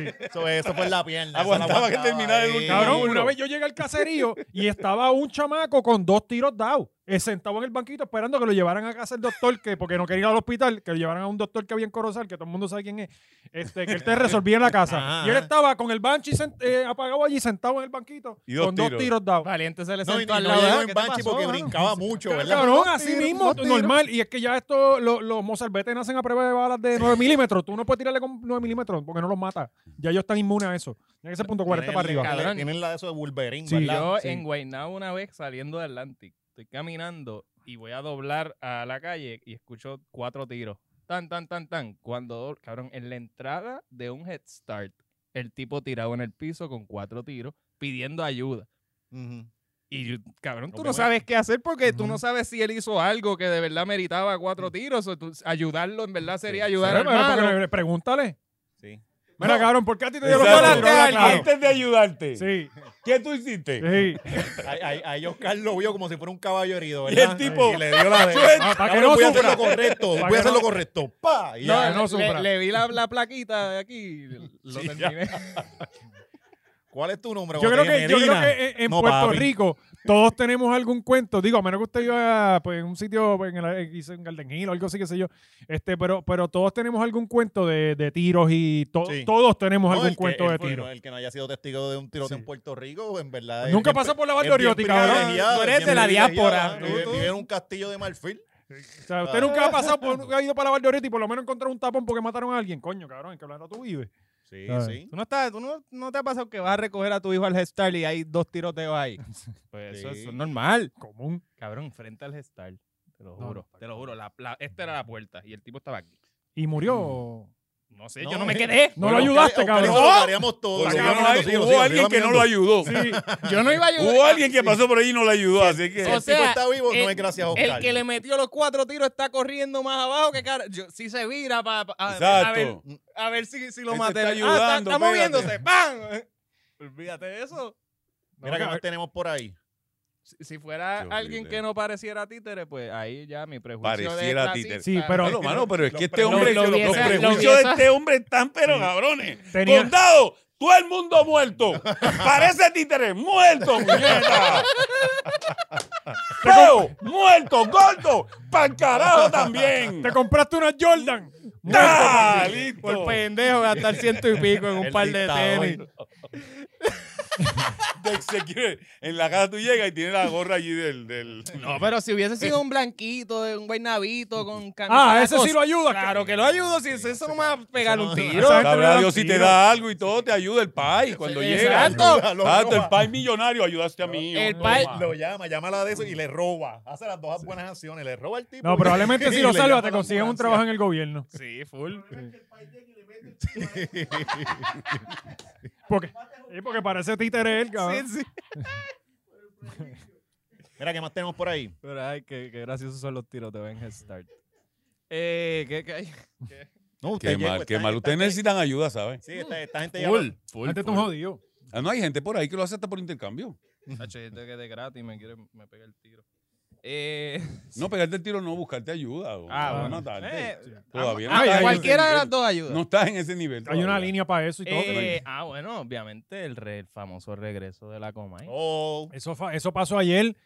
D: eso fue en la pierna. eso lo
E: Aguantaba que terminara el
D: ahí.
E: último.
B: Cabrón,
E: Seguro.
B: una vez yo llegué al caserío y estaba un chamaco con dos tiros dados, eh, sentado en el banquito esperando que lo llevaran a casa el doctor, que porque no quería ir al hospital, que lo llevaran a un doctor que había en Corozal, que todo el mundo sabe quién es, este, que él te resolvía en la casa.
D: Ajá,
B: y él
D: ajá.
B: estaba con el banshee sent- eh, apagado allí, sentado en el banquito,
E: Y dos
B: con
E: tiros.
B: dos tiros dados.
C: Valiente se le
D: No, y
C: sentó
D: no
C: al lado.
D: llegó
C: ¿eh?
D: en
C: ¿Qué te
D: Banshee
C: pasó,
D: porque
C: mano?
D: brincaba mucho, ¿verdad?
B: Cabrón,
D: Dos
B: así
D: tiros,
B: mismo,
D: dos tiros.
B: normal. Y es que ya esto, lo- los mozalbetes nacen a prueba de balas de 9 milímetros. Tú no puedes tirarle con 9 milímetros porque no los mata. Ya ellos están inmunes a eso. Tiene que ser punto 40
D: Tienen
B: para arriba.
D: la-
C: Cabrón.
D: Tienen la de eso de Wolverine,
B: Sí,
D: ¿verdad?
C: Yo
B: Sí.
C: en Guaynabo una vez saliendo de Atlantic, estoy caminando y voy a doblar a la calle y escucho cuatro tiros. Tan, tan, tan, tan. Cuando, do- cabrón, en la entrada de un Head Start, el tipo tirado en el piso con cuatro tiros pidiendo ayuda.
D: Ujú.
C: Y yo, cabrón, tú no
D: Obviamente.
C: sabes qué hacer porque tú
B: Ujú.
C: no sabes si él hizo algo que de verdad meritaba cuatro tiros. O tú- ayudarlo en verdad sería ayudar
B: Pero,
C: al
B: pero,
C: malo.
B: pero, pero, pregúntale.
D: Sí.
B: Mira, cabrón, ¿por qué a ti te dieron
E: Exacto.
B: los tiros?
E: Antes-
B: Claro.
E: Antes de ayudarte,
B: Sí,
E: ¿qué tú hiciste?
B: sí.
D: Ahí, ahí, ahí Oscar lo vio como si fuera un caballo herido,
E: Y
D: ¿verdad?
E: el tipo,
D: Y le dio la de...
B: Ah, para que
D: Cabrón,
B: no
D: voy a hacer
B: sufra.
D: lo correcto,
B: Para
D: voy
B: que
D: a hacer
B: no-
D: lo correcto. Pa, y
C: No,
D: ya.
B: que no
C: le-
B: sufra.
C: le, vi la, la plaquita de aquí. Lo terminé.
D: ¿Cuál es tu nombre?
B: Yo creo,
D: Joaquín
B: que, yo creo
D: Medina?
B: que en- en
D: No,
B: Puerto
D: papi.
B: Rico todos tenemos algún cuento. Digo, a menos que usted viva pues, en un sitio, pues, en, el, en Garden Hill o algo así, qué sé yo. Este, pero, pero todos tenemos algún cuento de, de tiros y to-
D: Sí.
B: todos tenemos
D: No,
B: algún
D: el que-
B: cuento
D: el-
B: de
D: bueno,
B: tiros.
D: El que no haya sido testigo de un tiroteo
B: Sí.
D: en Puerto Rico, en verdad. es
B: Nunca
D: bien
B: pasó por la
D: pri- es bien
B: Valdoriotti, cabrón.
D: privilegiado,
C: Tú
D: es
C: eres
D: bien
C: de la
D: privilegiado,
C: diáspora,
D: ¿no?
C: tú-
D: Vive-
C: tú-
D: Vive en un castillo de marfil.
B: O sea, usted nunca ha pasado por, ha ido para la Valdoriotti y por lo menos encontró un tapón porque mataron a alguien. Coño, cabrón, ¿en qué planeta tú vives?
D: Sí,
B: Claro.
D: sí.
C: Tú no, estás, tú no, no te ha pasado que vas a recoger a tu hijo al Head Start y hay dos tiroteos ahí. Pues eso,
D: Sí.
C: es normal.
B: Común.
C: Cabrón, frente al Head Start. Te lo
B: No,
C: juro. te lo juro. La, la- esta era la puerta y el tipo estaba aquí.
B: Y murió.
C: No sé,
D: No,
C: yo no me
D: eh.
C: quedé.
B: No lo ayudaste, cabrón.
D: Lo haríamos todos.
E: por lo
D: Sigue
E: menos
D: caminando,
E: hay-
D: sigue, sigue,
E: hubo
D: sigue
E: alguien que no lo
D: caminando.
E: ayudó.
B: Sí.
C: Yo no iba a ayudar.
E: Hubo alguien que pasó por ahí y no lo ayudó, así que...
C: O
D: El tipo
C: sea,
D: está vivo, no
C: el-
D: es gracias a Oscar.
C: El que le metió los cuatro tiros está corriendo más abajo que cara. Yo, si se vira pa- pa- a, Ah, a ver,
E: Exacto.
C: a ver si, si lo
E: Ese
C: maté.
E: está
C: Ah,
E: ayudando,
C: está, está
E: espérate.
C: moviéndose. ¡Pam! Olvídate de eso.
D: Mira que más tenemos por ahí.
C: Si, si fuera
E: Qué
C: alguien
E: horrible.
C: que no pareciera títere, pues ahí ya mi prejuicio de
E: Pareciera
C: clasista.
E: títere.
B: Sí, pero-
E: Mano, mano, pero es que este
D: pre-
E: hombre,
C: lo- lo
E: los
C: hubiese-
E: prejuicios
C: lo
E: de
C: hubiese-
E: este hombre están pero cabrones.
B: Tenía-
E: Condado, todo el mundo muerto. Parece títere, muerto, muñeca. Feo, muerto, gordo, pa'l carajo también.
B: Te compraste una Jordan.
E: ¡Ah, listo!
C: Por pendejo gastar ciento y pico en un
D: El
C: par de
D: dictador.
C: tenis.
E: Te- se quiere- en la casa tú llegas y tienes la gorra allí del... del-
C: No, pero si hubiese sido un blanquito, de un guaynabito con camisa.
B: Ah, ese sí lo ayuda.
C: Claro que lo ayudo, si eso, eso no me va a pegar
D: no-
C: un tiro.
B: Esa gente le
E: Sabrá
B: dan
E: Dios si te
B: tiro.
E: da algo y todo, te ayuda el país cuando llega.
C: Exacto.
D: Lo
E: Exacto, el
D: roba.
E: país millonario ayudaste a mí.
C: El
E: hombre.
C: país-
E: Toma.
D: Lo llama, llama la de eso y le roba. Hace las dos buenas acciones, le roba al tipo.
B: No,
D: y-
B: probablemente si
D: y
B: lo
D: le
B: salvas
D: llama
B: te
D: la
B: consiguen un
D: ambulancia.
B: trabajo en el gobierno.
C: Sí, full.
B: Porque, sí, porque parece títere él, cabrón.
C: Sí, sí.
D: Mira, ¿qué más tenemos por ahí?
C: Pero ay, qué, qué graciosos son los tiros, te ven Head Start. Eh, ¿qué, qué hay?
D: No, usted
E: Qué
D: llega,
E: mal,
D: esta
E: qué
D: gente- esta
E: mal. Ustedes
D: gente-
E: necesitan ayuda, ¿saben?
D: Sí, esta, esta gente ya lo-
G: Full, full,
B: Antes tú
G: full.
B: jodido.
E: Ah, no hay gente por ahí que lo hace hasta por intercambio.
C: Chacho, yo te quedé gratis, me quiere, me pega el tiro. Eh,
E: No, pegarte el tiro no, buscarte ayuda. o
C: Ah,
E: no
C: bueno.
E: matarte.
C: eh,
E: Todavía
C: ah,
E: no estás en
C: cualquiera
E: ese
C: de
E: nivel.
C: las dos ayuda.
E: No estás en ese nivel.
B: Hay una
E: todavía.
B: línea para eso y todo.
C: Eh, ah, bueno, obviamente el, re- el famoso regreso de la Comay.
D: Oh,
B: Eso, fa- eso pasó ayer.
C: De-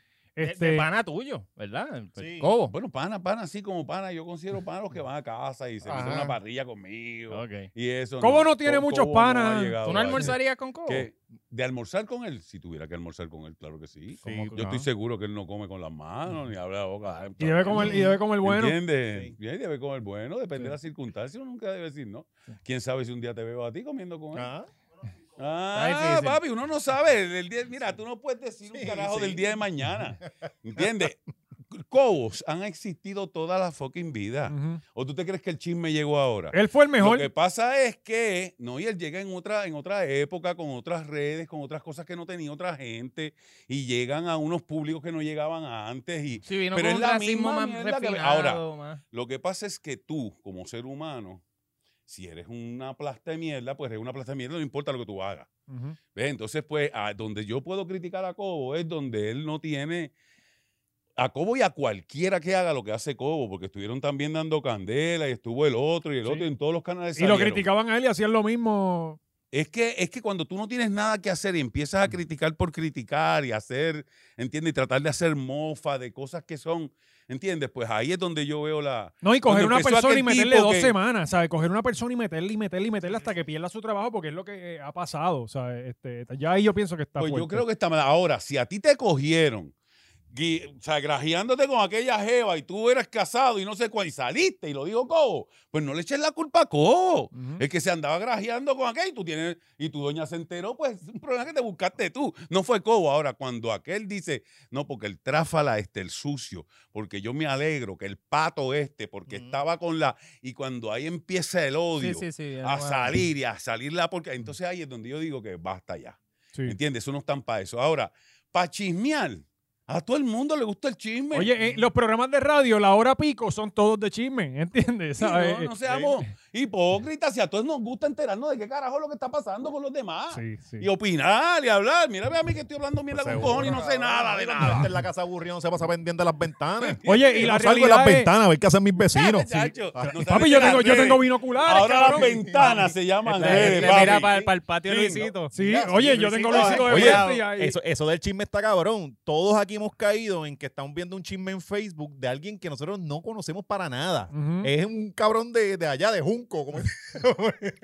C: de
B: Este,
C: pana tuyo, ¿verdad? El-
D: sí.
E: ¿Cómo? Bueno, pana, pana, así como pana. Yo considero pana los que van a casa y se meten
C: Ajá.
E: una parrilla conmigo.
C: Ok.
E: Y eso.
B: Cobo no tiene
E: Co-
B: muchos
E: Cobo ha
B: panas.
E: llegado
C: ¿Tú no
E: a-
C: almorzarías con Cobo?
E: que- De almorzar con él, si tuviera que almorzar con él, claro que sí.
D: Sí,
E: Yo estoy seguro que él no come con las manos ni habla de boca.
B: y debe comer, y debe comer bueno.
E: ¿Entiendes?
D: Sí.
E: Bien, debe comer bueno, depende de las circunstancias, uno nunca debe decir, ¿no? ¿Quién sabe si un día te veo a ti comiendo con él? Ah,
D: Ah,
C: Está difícil.
E: papi, uno no sabe. del día- mira, tú no puedes decir un
D: Sí,
E: carajo
D: sí.
E: del día de mañana. ¿Entiendes? Cobos han existido toda la fucking vida.
B: Ujú.
E: ¿O tú te crees que el chisme llegó ahora?
B: Él fue el
E: Lo
B: Mm. mejor.
E: que pasa es que, no, y él llega en otra, en otra época, con otras redes, con otras cosas que no tenía otra gente, y llegan a unos públicos que no llegaban antes. Y
C: Sí, vino
E: pero
C: con
E: es
C: un
E: la
C: racismo
E: misma
C: más
E: mierda que-
C: refinado.
E: ahora.
C: más-
E: lo que pasa es que tú, como ser humano, si eres una plasta de mierda, pues eres una plasta de mierda, no importa lo que tú hagas.
B: Ujú.
E: ¿Ves? Entonces, pues, a donde yo puedo criticar a Cobo es donde él no tiene. A Cobo y a cualquiera que haga lo que hace Cobo, porque estuvieron también dando candela y estuvo el otro y el
B: Sí.
E: otro y en todos los canales.
B: Y lo
E: salieron.
B: criticaban a él y hacían lo mismo.
E: Es que, es que cuando tú no tienes nada que hacer y empiezas
B: Mm.
E: a criticar por criticar y hacer, ¿entiendes? Y tratar de hacer mofa de cosas que son, ¿entiendes? Pues ahí es donde yo veo la...
B: No, y coger
E: Cuando
B: una
E: empezó
B: persona y
E: aquel
B: meterle
E: tipo
B: dos
E: que-
B: semanas, ¿sabes? Coger una persona y meterle y meterle y meterle hasta que pierda su trabajo porque es lo que eh, ha pasado, ¿sabes? Este, ya ahí yo pienso que está
E: Pues yo
B: fuerte.
E: creo que está mal. Ahora, si a ti te cogieron, gui- o sea, grajeándote con aquella jeva y tú eras casado y no sé cuál, y saliste y lo dijo Cobo, pues no le eches la culpa a Cobo.
B: Ujú.
E: El que se andaba grajeando con aquel y tú tienes, y tu doña se enteró, pues es un problema que te buscaste tú. No fue Cobo. Ahora, cuando aquel dice, no, porque el tráfala este, el sucio, porque yo me alegro que el pato este, porque
D: Ujú.
E: estaba con la. Y cuando ahí empieza el odio
C: sí.
E: a salir y a salir la porque entonces ahí es donde yo digo que basta ya.
B: Sí.
E: ¿Entiendes? Eso no están para eso. Ahora, para chismear, a todo el mundo le gusta el chisme.
B: Oye, eh, los programas de radio, la hora pico, son todos de chisme, ¿entiendes?
E: Sí,
B: ¿Sabes?
E: no, no seamos
B: eh,
E: hipócritas, si a todos nos gusta enterarnos de qué carajo es lo que está pasando con los demás.
B: Eh, Sí, Pues sí.
E: Y opinar y hablar. Mira, ve a mí que estoy hablando mierda con
D: seguro,
E: cojones y no sé
D: cabrón,
E: nada de
D: cuando
E: nada.
B: Ah,
D: esté en la casa aburrido no se pasa vendiendo las ventanas.
B: Oye, y
D: Yo
B: la
D: salgo de las
B: realidad es-
D: ventanas a ver qué hacen mis vecinos.
E: Chacho,
D: Ah,
E: no
B: Papi,
E: sales
B: yo
E: de
B: tengo,
E: las
B: yo tengo
E: redes.
B: binoculares,
E: Ahora las
B: cabrón.
E: ventanas se llaman
C: Le-
E: redes,
C: le mira
E: eh, papi.
C: para el patio
E: Sí,
C: Luisito.
B: Sí,
D: Mira,
B: oye,
D: sí,
B: yo tengo Luisito
D: Luisito,
B: de
D: oye,
B: frente y ahí-
D: Eso, eso del chisme está cabrón. Todos aquí hemos caído en que estamos viendo un chisme en Facebook de alguien que nosotros no conocemos para nada.
B: Ujú.
D: Es un cabrón de, de allá, de Junco. como-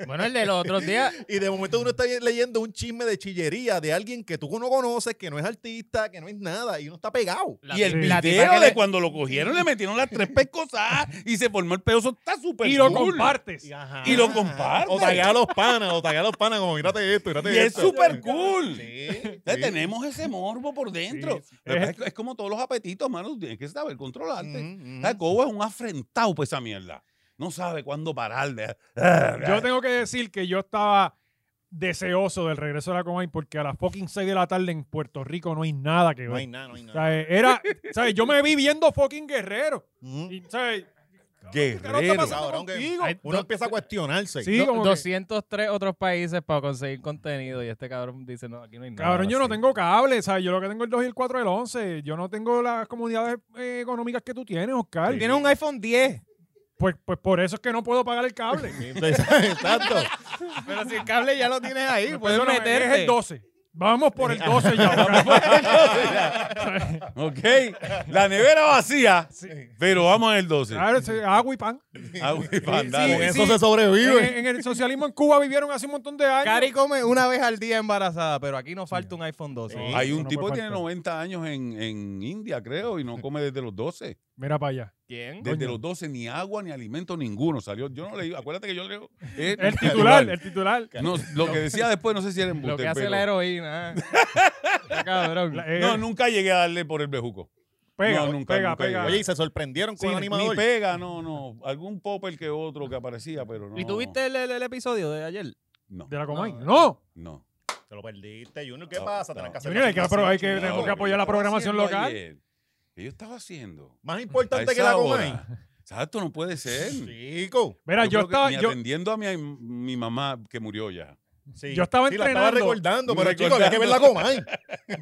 C: Bueno, el de los otros días.
D: y de momento uno está leyendo un chisme de chillería de alguien que tú no conoces, que no es artista, que no es nada, y uno está pegado.
C: la-
E: Y el
C: la tipa
E: video
C: que
E: de
C: le-
E: cuando lo cogieron le metieron las tres pescosas y se formó el pedazo. Está súper
B: Y lo
E: cool.
B: compartes.
D: Y, ajá.
E: Y lo comparte.
D: O taguea a los panas, o taguea a los panas, como mírate esto, mírate
E: Y es
D: esto.
E: súper cool.
D: Sí,
E: Entonces,
D: sí.
E: Tenemos ese morbo por dentro.
B: sí.
E: Lo que pasa
B: Es-
E: es, que es como todos los apetitos, mano. Tienes que saber
D: Ujú,
E: controlarte.
D: ujú.
E: ¿Sabes? Cobo es un afrentado por esa mierda. No sabe cuándo parar. de- ah,
B: Yo tengo que decir que yo estaba deseoso del regreso de la Comay porque a las fucking 6 de la tarde en Puerto Rico no hay nada que ver.
D: No hay nada, no hay
B: O
D: nada.
B: sea, eh, era, ¿sabes? Yo me vi viendo fucking Guerrero.
D: Ujú.
B: Y, ¿sabes?
E: ah,
B: ¿Qué carajo está
E: Guerrero.
B: pasando
D: Cabrón, que-
B: contigo?
C: Ay,
D: Uno empieza a cuestionarse.
B: Sí,
C: do-
B: como que-
C: 203 otros países para conseguir contenido y este cabrón dice, no, aquí no hay nada.
B: Cabrón, yo no
C: así.
B: tengo cable, ¿sabes? Yo lo que tengo es el 2 y el 4 y el 11. Yo no tengo las comodidades eh, económicas que tú tienes, Oscar.
C: Tú Tienes un iPhone 10.
B: Pues, pues por eso es que no puedo pagar el cable.
D: Exacto.
C: Pero si el cable ya lo tienes ahí, puedes
B: Perdóname,
C: meterte.
B: es el 12. Vamos por el 12 ya. Oscar.
E: Ok. La nevera vacía, pero vamos en el 12.
B: Claro, sí, agua y pan.
E: Ah, güey, pa' andar.
D: Con
E: Eso-
D: eso se sobrevive.
B: En, en el socialismo en Cuba vivieron hace un montón de años.
C: Cari come una vez al día embarazada, pero aquí no falta un iPhone 12.
B: Sí.
E: Hay
B: eso
E: un
B: no
E: tipo
B: puede
E: que tiene
B: faltar.
E: 90 años en, en India, creo, y no come desde los 12.
B: Mira para allá.
C: ¿Quién?
E: Desde los 12, ni agua ni alimento ninguno salió. Yo no leí, acuérdate que yo leo. eh,
B: El titular, el titular.
E: No, lo que decía después, no sé si era en
C: Lo que hace la heroína. Está cabrón.
B: La- eh,
E: No, nunca llegué a darle por el bejuco.
B: pega,
E: no, nunca,
B: pega,
E: nunca
B: pega.
D: Oye, y se sorprendieron con
E: Sí,
D: el
E: ni
D: animador.
E: pega, no, no. Algún popper que otro que aparecía, pero no.
C: ¿Y tuviste el, el- el episodio de ayer?
E: No,
B: de la Comay.
C: No.
B: No.
E: no.
D: Te lo perdiste, Junior. ¿Qué
E: No,
D: pasa?
E: no.
D: Tenés que hacer
B: Junior, hay que-
D: la
B: pero hay que-
D: filmación,
B: tenemos
D: chingado.
B: que apoyar la programación
E: Haciendo
B: local.
E: ayer, que yo estaba haciendo?
D: Más
E: A
D: importante que
E: esa
D: la Comay.
E: hora, Exacto, no puede ser.
D: Chico.
B: Mira, yo,
E: creo que
B: estaba,
E: ni
B: yo,
E: atendiendo a mi, mi mamá que murió ya.
D: Sí.
B: Yo estaba
D: Sí, la estaba
B: entrenando.
D: recordando, pero chico,
E: Recordando.
D: había que ver la coma. ¿eh?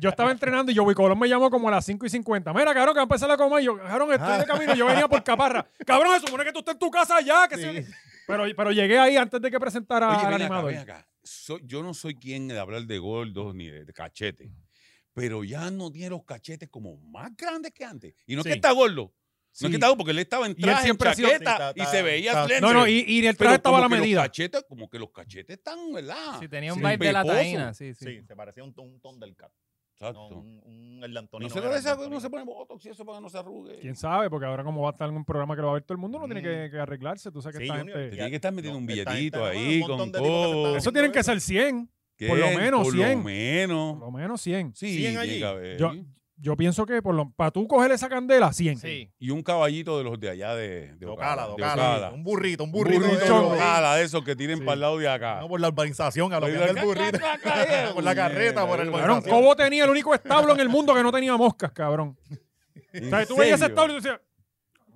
B: yo estaba entrenando y yo, Colón me llamó como a las 5 y 50. Mira, cabrón, que va a empezar la coma. Y yo, cabrón, estoy
E: Ah.
B: de camino. Yo venía por caparra. Cabrón, se supone que tú estás en tu casa ya. Que se- pero, pero llegué ahí antes de que presentara
E: Oye,
B: Ah, al
E: ven acá,
B: animador.
E: ven acá. Soy- yo no soy quien de hablar de gordos ni de, de cachete, pero ya no tiene los cachetes como más grandes que antes. Y no
B: Sí.
E: es que está gordo,
B: Sí.
E: no es que está gordo, porque él estaba en
B: él
E: traje,
B: siempre ha
E: en
B: sido-
E: chaqueta,
D: Sí, está-
E: y
D: está-
E: se veía
D: está-
E: slender.
B: no, no, y, y el
E: Pero
B: traje estaba a la
E: como que los
B: medida.
E: cachetes- como que los cachetes están, ¿verdad?
C: Ah, Sí, tenía un
E: Sí.
C: vibe de la
E: Peposo.
C: taína, sí, sí.
D: Sí, se parecía un, un Thundercat. No,
E: Exacto. No,
D: un, un el de Antonino.
E: se,
D: era el de
E: parece a que
D: Antonino.
E: uno se pone botox y eso para que no se arrugue.
B: Quién sabe, porque ahora, como va a estar en un programa que lo va a ver todo el mundo, uno
E: Mm.
B: tiene que, que arreglarse. Tú sabes que
D: Sí,
B: esta
D: Junior.
B: gente-
E: Tiene que estar metiendo
D: No,
E: un
D: está- está-
E: billetito
D: bueno,
E: ahí
D: un montón
E: con
D: de tipos que se están
E: codo.
B: Eso tienen que ser 100. por lo
E: ¿Qué?
B: menos
E: Por
B: 100.
E: lo menos.
B: Por lo menos 100.
E: Sí,
D: 100 allí.
E: llega a ver.
B: Yo- Yo pienso que por lo, para tú coger esa candela, 100.
C: Sí. Eh,
E: y un caballito de los de allá de, de
D: De Ocala,
E: de
D: de Ocala.
E: Ocala.
D: Un burrito, un
E: Un
D: burrito. de-
E: de
D: de-
E: Ocala, de esos que tienen
B: Sí.
E: para el lado de acá.
D: No, por la urbanización, a lo
E: Oye,
D: que anda el
E: ca-
D: burrito.
E: ca- ca- ca-
D: Por la carreta, por el
B: Cabrón,
D: urbanización.
B: Cobo tenía el único establo en el mundo que no tenía moscas, cabrón. O
E: ¿En
B: sea, tú veías ese
E: serio?
B: establo y tú decías,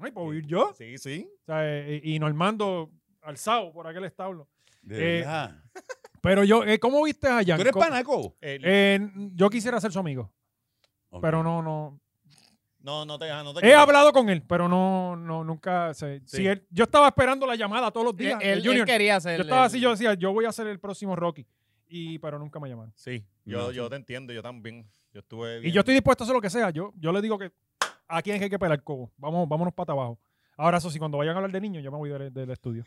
B: ay, puedo ir yo. O
D: Sí, sí.
B: sea, eh, y, y Normando alzado por aquel establo.
E: De
B: Eh,
E: verdad.
B: Pero yo, eh, ¿cómo viste a Jan?
E: ¿Tú eres
B: ¿Cómo-
E: panaco?
D: El-
B: Eh, yo quisiera ser su amigo,
E: Ok.
B: pero no, no.
D: no, no te dejas, no te
B: He hablado con él, pero no, no, nunca. sé.
D: Sí.
B: Si él- yo estaba esperando la llamada todos los
C: Él,
B: días.
C: él-
B: eh, Junior.
C: él quería hacer.
B: yo estaba
C: el-
B: así, yo decía, yo voy a ser el próximo Rocky. Y, pero nunca me llamaron.
D: Sí, yo,
E: No.
D: yo te entiendo, yo también. Yo estuve
B: Y
D: bien.
B: yo estoy dispuesto a hacer lo que sea. Yo, yo le digo que a quién es que hay que pelar cobo. Vamos, vámonos para abajo. Ahora, eso sí, cuando vayan a hablar de niños, yo me voy del, del estudio.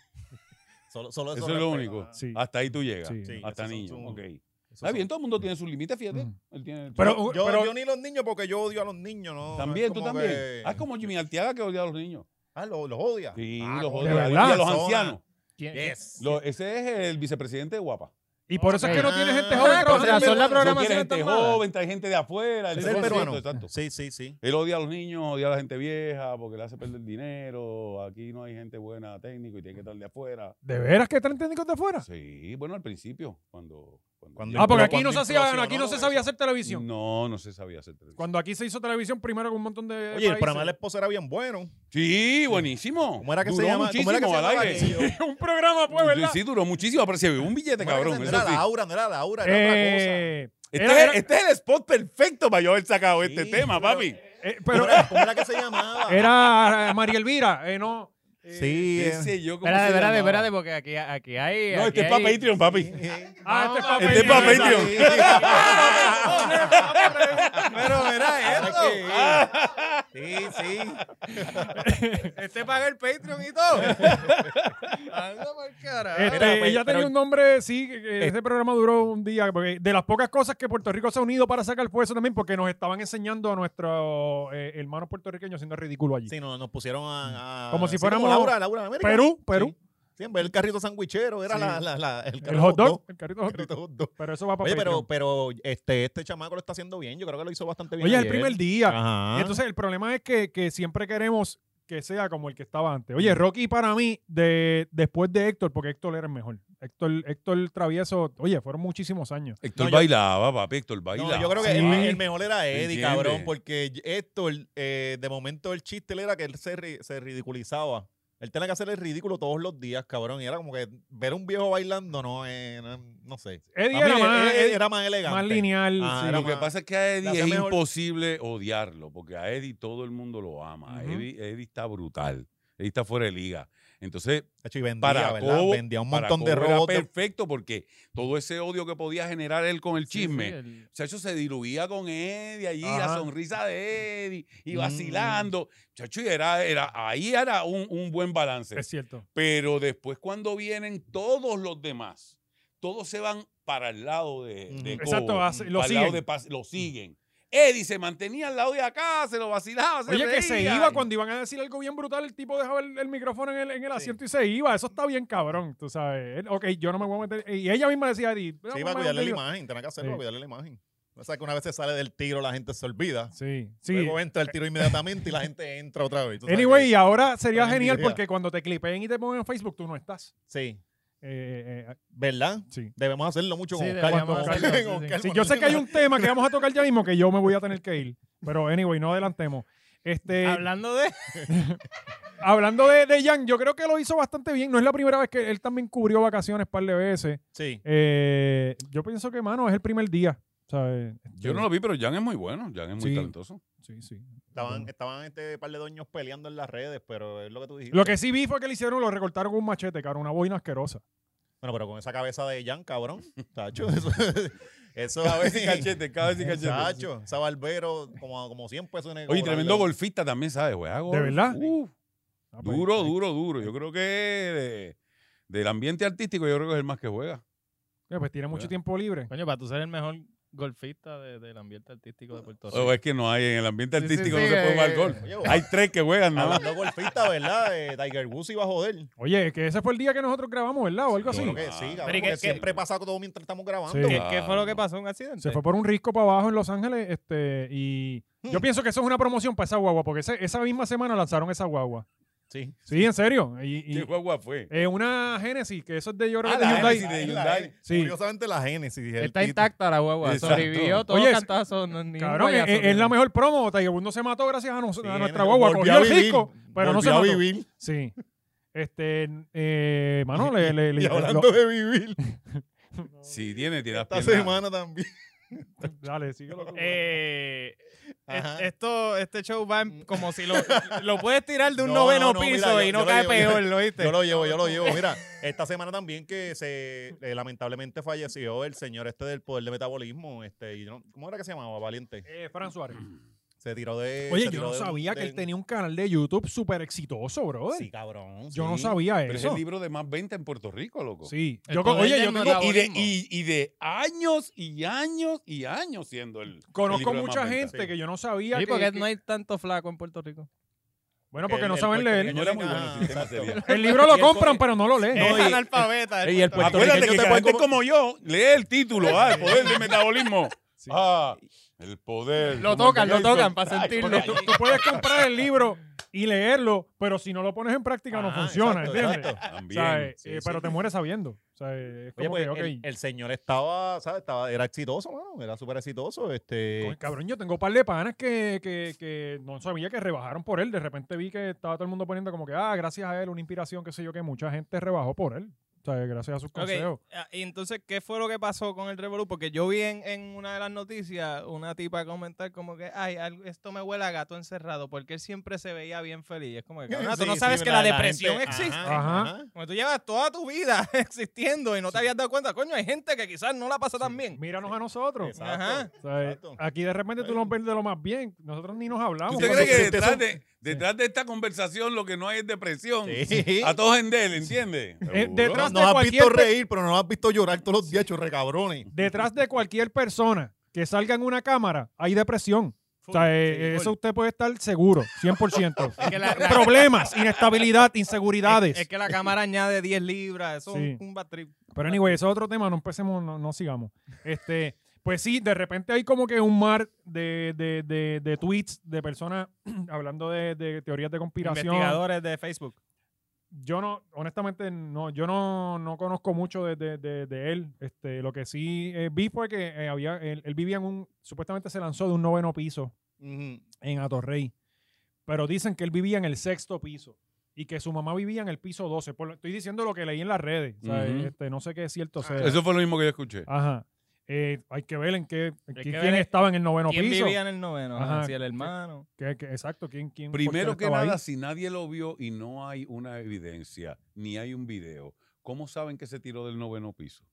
D: Solo, solo
E: Eso es lo
D: respecto,
E: único.
D: ajá.
B: Sí.
E: Hasta ahí tú llegas.
B: Sí.
D: Ah, Sí,
E: Hasta
D: esos son
E: niño.
D: sus-
E: ok.
D: esos
E: Está bien,
D: son-
E: todo el mundo tiene sus límites, fíjate.
B: Mm.
E: Él tiene el suyo.
B: Pero,
D: Yo,
B: pero-
D: yo ni los niños porque yo odio a los niños, ¿no?
E: también,
D: Es
E: tú
D: como
E: también.
D: que-
E: Ah, es como Jimmy Arteaga que odia a los niños.
D: Ah, lo- los odia.
E: Sí,
D: Ah,
E: los
D: coño,
E: odia.
B: ¿verdad?
E: odia a los
D: Zona.
E: ancianos.
C: ¿Quién-
D: Yes.
E: Lo- ese es el vicepresidente de Guapa.
B: y por eso es que no tiene gente
D: Ah,
B: joven
D: con
B: trabajando.
D: razón la
E: No quiere
C: programación es
E: gente
C: tan mala.
E: joven, trae gente de afuera.
D: Ese
E: el
D: es el peruano.
E: Exacto.
D: Sí, sí, sí.
E: Él odia a los niños, odia a la gente vieja porque le hace perder dinero. Aquí no hay gente buena técnico y tiene que estar de afuera.
B: ¿De veras que traen técnicos de afuera?
E: Sí, bueno, al principio, cuando. cuando,
D: Cuando-
B: Ah, porque aquí
D: Cuando
B: no se hacía,
D: implosionó
B: aquí no se
D: eso.
B: sabía hacer televisión.
E: No, no se sabía hacer televisión.
B: Cuando aquí se hizo televisión primero con un montón de.
D: Oye, el
B: países.
D: programa de la esposa era bien bueno.
E: Sí, buenísimo.
D: ¿Cómo era que
E: Duró
D: se llama? ¿Cómo era que
E: muchísimo
D: se
E: al
D: llamaba
E: aire.
D: aquello? ¿Cómo
B: un programa, pues, ¿verdad?
E: Sí, duró muchísimo, pero se ve un billete,
D: era que
E: cabrón.
D: se-
E: eso
D: No era
E: sí.
D: Laura, no era Laura, era otra cosa.
B: Eh,
E: Este,
B: era- era-
E: es- este es el spot perfecto para yo haber sacado
D: Sí,
E: este tema,
D: pero-
E: papi.
B: eh,
D: ¿Cómo
B: pero
D: era- ¿Cómo era que se llamaba?
B: era eh, María Elvira, eh, no. eh,
D: Sí.
E: Qué
D: eh.
E: sé yo cómo
C: Espérate,
E: se
C: espérate,
E: llamaba.
C: espérate, porque aquí, aquí hay.
E: No,
C: aquí
E: este es para
C: hay-
E: Patreon, papi.
B: Ah, este es para
E: Este es para
B: Patreon.
E: Patreon.
D: Pero mira esto.
E: Ah,
D: Sí, sí.
G: Este paga el Patreon y todo. Anda por carajo.
B: Este,
D: Mira, pues,
B: ella tenía
D: pero- Eh.
B: un nombre, sí, que- que este programa duró un día, porque de las pocas cosas que Puerto Rico se ha unido para sacar fue eso también, porque nos estaban enseñando a nuestros eh, hermanos puertorriqueños siendo ridículo allí.
D: Sí, no, nos pusieron a. a-
B: Como si
D: sí,
B: fuéramos
D: Laura, Laura de América.
B: Perú, Perú,
D: Sí. Siempre el carrito sandwichero era
B: Sí.
D: la, la, la- el
B: el
D: carrito
B: hot dog,
D: hot dog.
B: el carrito
D: El
B: hot dog.
D: carrito hot dog.
B: Pero eso va para
D: Oye, pero,
B: Patreon.
D: pero este, este chamaco lo está haciendo bien. Yo creo que lo hizo bastante bien.
B: Oye, el
D: ayer.
B: primer día.
D: Ajá.
B: Y entonces el problema es que, que siempre queremos que sea como el que estaba antes. Oye,
D: Mm.
B: Rocky para mí, de, después de Héctor, porque Héctor era el mejor. Héctor, Héctor Travieso, oye, fueron muchísimos años.
E: Héctor
D: No, yo-
E: bailaba, papi, Héctor
D: No,
E: bailaba.
D: yo creo que
B: Sí.
D: el, el mejor era
E: ¿Entiendes?
D: Eddie, cabrón, porque esto, el, eh, de momento el chiste era que él se, ri- se ridiculizaba. Él tenía que hacer el ridículo todos los días, cabrón. Y era como que ver un viejo bailando, no, eh, no, no sé.
B: Eddie
D: Para
B: era
D: mí,
B: más,
D: eh, eh, era más elegante.
B: más lineal.
D: Ah,
B: sí.
D: era
E: Lo que
D: más-
E: pasa es que a Eddie
D: hacía
E: es
D: mejor.
E: imposible odiarlo, porque a Eddie todo el mundo lo ama. A
B: Ujú.
E: Eddie, Eddie está brutal. Eddie está fuera de liga. Entonces,
D: De hecho, y vendía,
E: para
D: ¿verdad?
E: Cobo-
D: vendía un
E: para
D: montón de
E: Cobo era
D: robos. de-
E: perfecto porque todo ese odio que podía generar él con el
C: Sí,
E: chisme,
C: sí, el-
E: Chacho se diluía con Eddie allí,
B: Ajá. Mm.
E: la sonrisa de Eddie y vacilando. Chacho, y era, era, ahí era un, un buen balance.
B: Es cierto.
E: Pero después cuando vienen todos los demás, todos se van para el lado de, de
D: Ujú.
E: Cobo,
B: Exacto, hace- lo
E: para el lado
B: siguen. Mm.
E: de Paz- lo siguen. Eddie se mantenía al lado de acá, se lo vacilaba, se
B: Oye, que se
E: reía.
B: iba cuando iban a decir algo bien brutal, el tipo dejaba el, el micrófono en el, en el asiento y se iba. Eso está bien cabrón, tú sabes. Él, ok, yo no me voy a meter. Y ella misma decía, Eddie,
D: Sí,
B: vamos
D: para
B: a
D: cuidarle la
B: meterlo.
D: imagen, tenía que
B: Sí.
D: hacerlo, para cuidarle la imagen. O sea, que una vez se sale del tiro, la gente se olvida.
B: Sí, sí.
D: Luego entra el tiro inmediatamente y la gente entra otra vez. Tú sabes
B: Anyway,
D: que-
B: y ahora sería
D: Tremenda
B: genial
D: idea.
B: porque cuando te clipeen y te pongan en Facebook, tú no estás.
D: Sí,
B: Eh, eh, eh,
D: ¿verdad?
B: sí.
D: Debemos hacerlo mucho con
C: Sí,
D: Oscar.
C: deberíamos
D: con
B: hacerlo,
D: Oscar-
C: sí,
D: con
C: sí.
D: Oscar
B: Sí, yo sé que hay un tema que vamos a tocar ya mismo que yo me voy a tener que ir. Pero anyway, no adelantemos. Este,
C: Hablando de.
B: hablando de, de Yang, yo creo que lo hizo bastante bien. No es la primera vez que él también cubrió vacaciones par de veces.
D: Sí.
B: Eh, yo pienso que, mano, es el primer día. ¿sabes?
E: Yo no lo vi, pero Jan es muy bueno. Jan es muy
B: Sí.
E: talentoso.
B: Sí, sí.
D: Estaban, estaban este par de doños peleando en las redes, pero es lo que tú dijiste.
B: Lo que sí vi fue que le hicieron, lo recortaron con un machete, cabrón, una boina asquerosa.
D: Bueno, pero con esa cabeza de Jan, cabrón. Tacho, eso. eso
E: cada vez
D: Tacho, esa barbero, como, como 100 pesos en el
E: Oye,
D: cobrarlo.
E: tremendo golfista también, ¿sabes? Juega golf.
B: ¿De verdad?
E: Uf,
B: Ah, pues,
E: duro,
B: eh,
E: duro, duro. Yo creo que de- del ambiente artístico, yo creo que es el más que juega.
B: eh, pues tiene mucho
E: Mira.
B: tiempo libre.
C: Coño, para tú ser el mejor golfista de- del ambiente artístico de Puerto Rico.
E: O es que no hay, en el ambiente
G: Sí, sí,
E: artístico
G: sí,
E: no se puede
G: eh,
E: jugar golf.
D: Oye,
E: Hay tres que juegan, nada más.
D: hablando golfista, ¿verdad? Eh, Tiger Woods iba a joder.
B: Oye, que ese fue el día que nosotros grabamos, ¿verdad? O algo
E: Sí,
B: así.
E: yo
D: Creo que sí, cabrón,
C: Pero ¿y qué-
D: porque
C: qué-
D: siempre pasa todo mientras estamos grabando.
B: Sí.
C: ¿Qué, qué fue lo que pasó? ¿Un accidente?
B: Se fue por un risco para abajo en Los Ángeles, este, y yo pienso que eso es una promoción para esa guagua, porque ese- esa misma semana lanzaron esa guagua.
D: Sí.
B: Sí, en serio. Y, y-
E: ¿Qué guagua fue?
B: eh, una Genesis, que eso es de yo creo
E: Ah,
B: que de
E: la
B: Hyundai.
E: Genesis.
D: La-
E: de
D: la-
E: Hyundai.
B: Sí.
D: Curiosamente la Genesis. el
C: Está
D: título.
C: intacta la guagua.
E: Exacto.
C: Sobrevivió todos
B: Oye,
C: los
B: es-
C: cantazos. no- ni un
B: Cabrón, eh,
C: guayazo
B: eh, es
C: tiene.
B: la mejor promo. Tiger Woods no se mató gracias a, nos- a
D: Sí,
B: nuestra guagua.
D: volvió
B: Cogió
D: a
B: el
D: vivir,
B: disco, pero no se
D: volvió
B: mató.
D: a vivir.
B: Sí. Este, eh, mano, le, le- le-
D: Y hablando
B: lo-
D: de vivir,
E: Sí, tiene, tiene las
D: esta
E: piernas.
D: semana también.
B: Dale, síguelo.
G: Eh,
D: Ajá.
G: es- esto, este show va en- como si lo, lo puedes tirar de un
D: No,
G: noveno
D: no, mira,
G: piso
D: yo-
G: y no
D: yo lo
G: cae
D: llevo, yo-
G: peor, ¿lo
B: este,
G: viste?
D: Yo lo llevo, yo lo llevo. Mira, esta semana también que se eh, lamentablemente falleció el señor este del poder de metabolismo. Este, y yo no- ¿Cómo era que se llamaba? Valiente.
B: Eh, Fran Suárez.
D: Mm, Se tiró
G: Eh,
D: de.
B: Oye,
D: se
B: yo
D: tiró
B: no
D: de un-
B: sabía que
D: de
B: él
D: un-
B: tenía un canal de YouTube súper exitoso, bro.
D: Sí, cabrón.
B: yo no
D: sí.
B: sabía
E: Pero es
B: eso.
E: el libro de más venta en Puerto Rico, loco.
B: Sí.
C: El
B: Yo co-
C: poder
B: oye,
C: del
B: yo
C: meta-
B: tengo-
E: Y de,
C: Metabolismo.
E: y, y de años y años y años siendo el.
B: conozco
E: el libro de más
B: mucha
E: venta.
B: gente que yo no sabía
C: Sí,
B: que,
C: porque
B: que-
C: no hay tanto flaco en Puerto Rico.
B: Bueno, porque
D: El-
B: no
D: el
B: saben leer.
E: No
D: puertorriqueño Ah,
E: era muy bueno el sistema
D: exacto.
E: serial.
B: El libro
D: Y
B: lo
D: el
B: compran, pues. pero no lo leen.
G: Es
E: No, y-
G: analfabeta. el
C: y el
G: puertorriqueño.
E: Acuérdate
D: puertorriqueño
E: que
D: te
E: la gente
D: puede-
E: como yo lee el título, ah, el poder del metabolismo. Ah, el poder.
C: Lo
E: como
C: tocan, lo
E: Michael
C: tocan para
E: Jackson.
C: sentirlo.
B: Porque tú, tú puedes comprar el libro y leerlo, pero si no lo pones en práctica no
D: Ajá,
B: funciona,
D: Ah, exacto,
B: ¿entiendes?
D: exacto.
B: O
E: También.
B: sea, eh,
D: sí,
B: eh,
D: sí.
B: pero te mueres sabiendo. O sea, eh, es
D: Oye,
B: como
D: pues,
B: que, ok.
D: el, el señor estaba, ¿sabes? Estaba, era exitoso, mano. Era súper exitoso.
B: Coño,
D: Este,
B: Cabrón, yo tengo un par de panas que, que, que no sabía que rebajaron por él. De repente vi que estaba todo el mundo poniendo como que, ah, gracias a él, una inspiración, qué sé yo, que mucha gente rebajó por él. O sea, gracias a sus
C: Ok,
B: consejos.
C: ah, y entonces, ¿qué fue lo que pasó con el Revolú? Porque yo vi en, en una de las noticias una tipa comentar como que, ay, algo- esto me huele a gato encerrado, porque él siempre se veía bien feliz. Y Es como que, cabrón, tú
D: sí,
C: no
D: sí,
C: sabes que la, depresión
D: gente-
C: existe.
B: Ajá.
C: Como tú llevas toda tu vida existiendo y no te habías dado cuenta, coño, hay gente que quizás no la pasa tan bien.
B: Míranos a nosotros.
D: Exacto.
C: Ajá.
B: O sea, eh,
D: exacto.
B: aquí de repente tú nos ves de lo más bien. Nosotros ni nos hablamos.
E: ¿Usted
B: cuando-
E: cree que detrás de, detrás de esta conversación lo que no hay es depresión?
D: Sí. Ah,
E: A todos en él, ¿entiende?
B: Eh,
E: Seguro.
B: detrás-
D: Nos has
B: cualquier
D: visto
B: pe-
D: reír, pero no nos has visto llorar todos los días, chorre cabrones.
B: detrás de cualquier persona que salga en una cámara hay depresión. O sea, eh,
D: sí,
B: eso usted puede estar seguro, 100%.
C: Es que la, la-
B: Problemas, inestabilidad,
C: es-
B: inseguridades.
C: es que la cámara añade 10 libras, eso es
B: Sí.
C: un, un bad trip.
B: Pero anyway, eso es otro tema, no empecemos, no, no sigamos. Este, pues sí, de repente hay como que un mar de, de, de, de tweets de personas hablando de, de teorías de conspiración.
C: Investigadores de Facebook.
B: Yo no, honestamente, no, yo no, no conozco mucho de, de- de- de él. Este, lo que sí eh, vi fue que eh, había, él, él vivía en un, supuestamente se lanzó de un noveno piso
D: Ujú.
B: en Atorrey. Pero dicen que él vivía en el sexto piso y que su mamá vivía en el piso 12. Por lo- estoy diciendo lo que leí en las redes. o sea,
E: Ujú.
B: este, no sé qué es cierto sea.
E: Eso fue lo mismo que yo escuché.
B: Ajá. Eh, hay que ver en qué, en
C: que
B: quién
C: ver
B: estaba en el noveno
C: ¿Quién
B: piso.
C: vivía en el noveno? Ajá,
B: Ajá.
C: Si el hermano.
B: ¿Qué- qué- exacto, quién, quién por qué
E: Primero
B: él
E: que
B: estaba
E: nada,
B: ahí?
E: si nadie lo vio y no hay una evidencia, ni hay un video, ¿cómo saben que se tiró del noveno piso?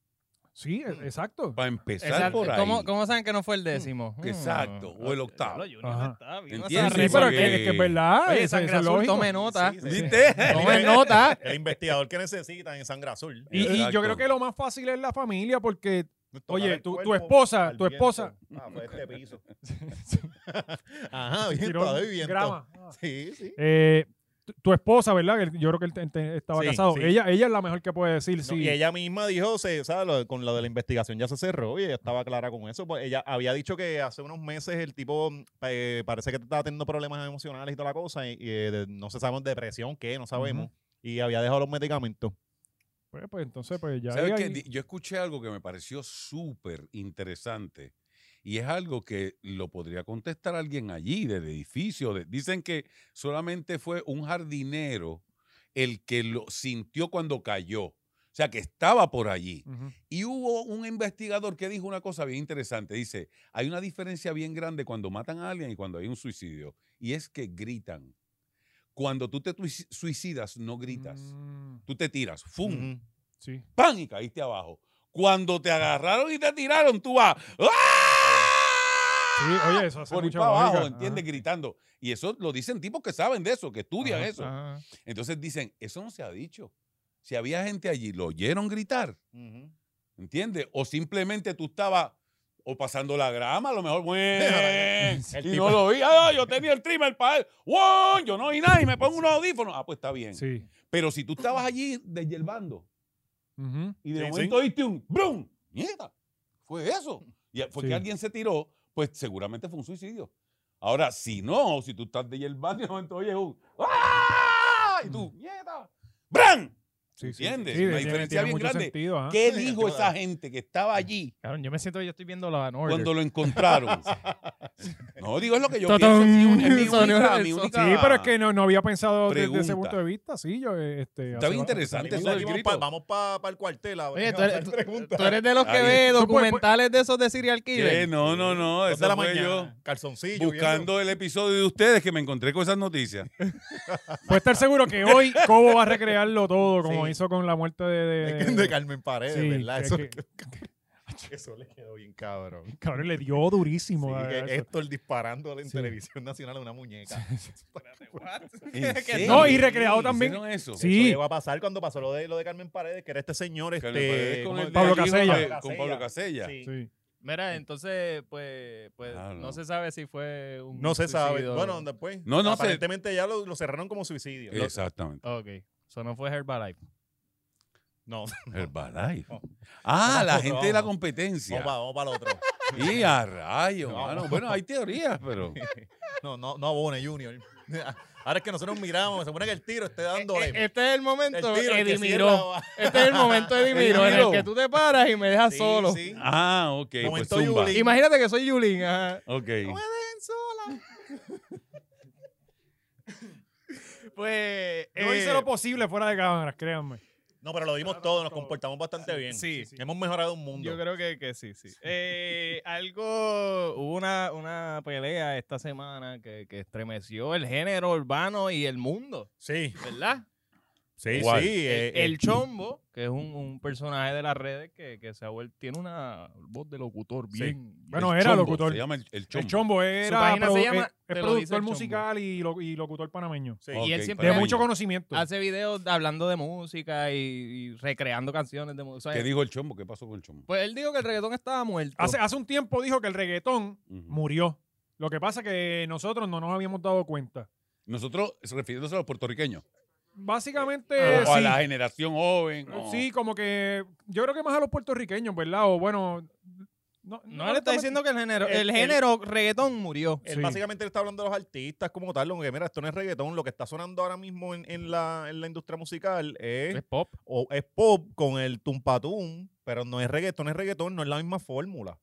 B: Sí, e- exacto.
E: Para empezar
C: Exacto.
E: por ahí.
C: ¿Cómo, cómo saben que no fue el décimo?
E: Mm, exacto, o el octavo.
C: Diablo, Junior
B: Ajá.
C: está bien, o sea,
E: ¿Entiendes?
B: Sí,
E: Porque-
B: pero
C: resolvió.
B: que, que es verdad.
C: Oye,
B: eso-
C: sangre
B: eso es
C: azul,
B: lógico.
C: tome nota.
D: Sí, sí.
E: ¿Viste?
C: Tome nota.
D: El investigador que necesitan en sangre azul.
B: Y, y
E: Exacto.
B: yo creo que lo más fácil es la familia porque
D: Tocar
B: Oye,
D: el
B: tu- tu
D: cuerpo
B: esposa,
D: al
B: tu
D: viento.
B: esposa.
D: Ah, fue este piso. Ajá, viento,
B: tiró
D: doy viento.
B: grama. Ah.
D: Sí, sí.
B: Eh, tu, tu esposa, ¿verdad? Que él- Yo creo que él te- te- estaba
D: Sí,
B: casado.
D: sí.
B: Ella, ella es la mejor que puede decir.
D: No,
B: sí.
D: Y ella misma dijo, se, ¿sabes? Lo- con lo de la investigación ya se cerró y ella estaba clara con eso. pues, ella había dicho que hace unos meses el tipo mm, eh, parece que estaba teniendo problemas emocionales y toda la cosa. Y, y, eh, de- no se sabemos depresión, qué, no sabemos. Y había dejado los medicamentos.
B: Pues, pues, entonces, pues ya.
E: ¿Sabes
B: ahí-
E: qué?
B: ahí-
E: Di- Yo escuché algo que me pareció súper interesante Y es algo que lo podría contestar alguien allí, del edificio. de- dicen que solamente fue un jardinero el que lo sintió cuando cayó. O sea, que estaba por allí.
B: Ujú.
E: Y hubo un investigador que dijo una cosa bien interesante. Dice, hay una diferencia bien grande cuando matan a alguien y cuando hay un suicidio. Y es que gritan. Cuando tú te tuici- suicidas, no gritas.
B: Mm,
E: Tú te tiras. ¡Fum!
D: Ujú.
B: sí.
E: ¡Pam! Y caíste abajo. Cuando te agarraron y te tiraron, tú vas. ¡Ah!
B: Sí, oye, eso hace
E: Por ir
B: mucha
E: para abajo,
B: lógica.
E: ¿entiendes?
B: Ajá.
E: Gritando. Y eso lo dicen tipos que saben de eso, que estudian
B: Ajá,
E: eso.
B: ajá.
E: Entonces dicen, eso no se ha dicho. Si había gente allí, lo oyeron gritar,
D: Ujú.
E: ¿entiendes? O simplemente tú estabas o pasando la grama, a lo mejor, bueno,
D: El
E: y
D: tipo-
E: no lo oí. Ah, yo tenía el trimmer para él. ¡Wow! Yo no oí nada y me pongo unos audífonos. Ah, pues está bien.
B: Sí.
E: Pero si tú estabas allí desyerbando,
B: Ujú.
E: y de
A: Sí, sí.
E: momento oíste un ¡brum! ¡Nieta! Fue eso. Y fue
B: Sí.
E: que alguien se tiró, pues seguramente fue un suicidio. Ahora, si no, si tú estás de hierbando y de momento oyes un ¡Ah! Y tú, ¡nieta! ¡Bran!
B: Sí, sí.
E: ¿Entiendes?
B: Sí,
E: Una
B: tiene-
E: diferencia
B: tiene
E: bien
B: mucho
E: grande.
B: sentido, ajá.
E: ¿Qué
D: Sí,
E: dijo
D: claro.
E: esa gente que estaba allí
C: Cabrón, yo me siento que yo estoy viendo la Van Order.
E: cuando lo encontraron? No, digo, es lo que yo
C: Totón.
E: pienso. Es mi, un- es mi
C: Sonido
E: única,
C: del
E: mi
C: son-
E: única-
B: Sí, pero es que no, no había pensado desde ese
E: Pregunta.
B: punto de vista, sí, yo eh, este,
E: Está bien
B: hace-
E: interesante
D: Salimos
E: eso
D: de
E: del
D: aquí,
E: grito.
D: Vamos para el cuartel. a-
C: Oye,
D: a
C: tú eres-
D: hacer preguntas.
C: Tú eres de los que
E: Está
C: ve
E: bien.
C: documentales de esos de serial
E: ¿Qué?
C: killer.
E: No, no, no.
D: Dos de
E: Esa
D: la
E: fue
D: mañana.
E: yo
D: Calzoncillo.
E: buscando el episodio de ustedes que me encontré con esas noticias.
B: Puede estar seguro que hoy Cobo va a recrearlo todo, como
D: Sí.
B: hizo con la muerte de. de-
D: viendo- De Carmen Paredes,
B: eh, Sí,
D: ¿verdad?
B: que-
D: Eso,
B: que-
D: eso le quedó bien cabrón.
B: Cabrón, le dio durísimo.
D: Sí,
B: a-
D: que
B: a eso.
D: Héctor disparando en
B: Sí.
D: televisión nacional a una muñeca. Espérate, what?
E: ¿En serio?
B: No, y recreado también.
E: ¿Hicieron eso?
B: Sí.
D: Eso llegó a pasar cuando pasó lo de, lo de Carmen Paredes, que era este señor,
E: Carlos Paredes
D: este...
E: con
D: ¿cómo
E: el
D: es?
E: de-
B: Pablo
E: con-
B: Casella.
E: Con Pablo Casella.
D: Sí.
B: Sí.
C: Mira, entonces, pues, pues
E: Claro.
C: no se sabe si fue un.
D: No se sabe.
C: suicidio.
D: Bueno, después.
E: No, no sé.
D: Aparentemente ya lo, lo cerraron como suicidio. Lo-
E: Exactamente.
C: Ok. Eso no fue Herbalife.
D: No,
E: Herbalife.
D: No.
E: Ah,
D: No,
E: la
D: no,
E: gente de la
D: no.
E: competencia.
D: vamos para vamos para el otro.
E: Y a rayos,
D: No.
E: mano. Bueno, hay teorías, pero.
D: No, no, no abone, Junior. Ahora es que nosotros miramos, se supone que el tiro esté dándole.
C: E- Este es el momento,
D: tiro, el que
C: Edimiro.
D: cierra-
C: Este es el momento, Edimiro, en el
E: Edimiro.
C: que tú te paras y me dejas
D: Sí,
C: solo.
D: sí.
E: Ah, ok. Pues
D: Momento
E: zumba.
D: Yuli.
C: Imagínate que soy Yulín. ajá.
E: Ok.
C: Pues.
B: Yo
C: eh,
B: hice lo posible fuera de cámaras, créanme.
D: No, pero lo dimos todo, nos comportamos bastante bien.
C: Sí.
D: Hemos mejorado un mundo.
C: Yo creo que, que sí, sí. Eh, algo, hubo una, una pelea esta semana que, que estremeció el género urbano y el mundo,
D: Sí,
C: ¿verdad?
D: sí,
E: ¿Cuál?
D: sí. eh,
C: el, el Chombo, que es un, un personaje de las redes que, que se ha vuelto, tiene una voz de locutor
D: Sí.
C: bien.
B: Bueno,
E: El
B: era
E: chombo,
B: locutor.
E: Se llama el, el
B: El
E: chombo.
B: Chombo era
C: página se
B: produ-
C: llama
B: es-
C: Te
B: es
C: lo dice el
B: productor
C: Chombo.
B: musical y, lo- y locutor panameño.
D: sí.
E: Ok,
C: y él siempre-
B: De
E: panameño.
B: mucho conocimiento.
C: Hace videos hablando de música y, y recreando canciones de música.
E: ¿Qué dijo el chombo? ¿Qué pasó con el chombo?
C: Pues él dijo que el reggaetón estaba muerto.
B: Hace, hace un tiempo dijo que el reggaetón
E: Ujú.
B: murió. Lo que pasa es que nosotros no nos habíamos dado cuenta.
E: Nosotros, refiriéndose a los puertorriqueños.
D: Eh,
B: Básicamente,
E: o Ah, a
B: sí. Eh,
E: la generación joven. oh. o-
B: Sí, como que yo creo que más a los puertorriqueños, ¿verdad? O bueno, no,
C: no le está
B: honestamente-
C: diciendo que el género,
D: el-
C: el,
D: el-
C: género reggaetón murió.
D: Él
B: Sí.
D: básicamente le está hablando a los artistas como tal, aunque mira, esto no es reggaetón, lo que está sonando ahora mismo en, en la, en la industria musical es,
C: Es pop.
D: o, es pop con el tumpatum, pero no es reggaetón, es reggaetón, no es la misma fórmula.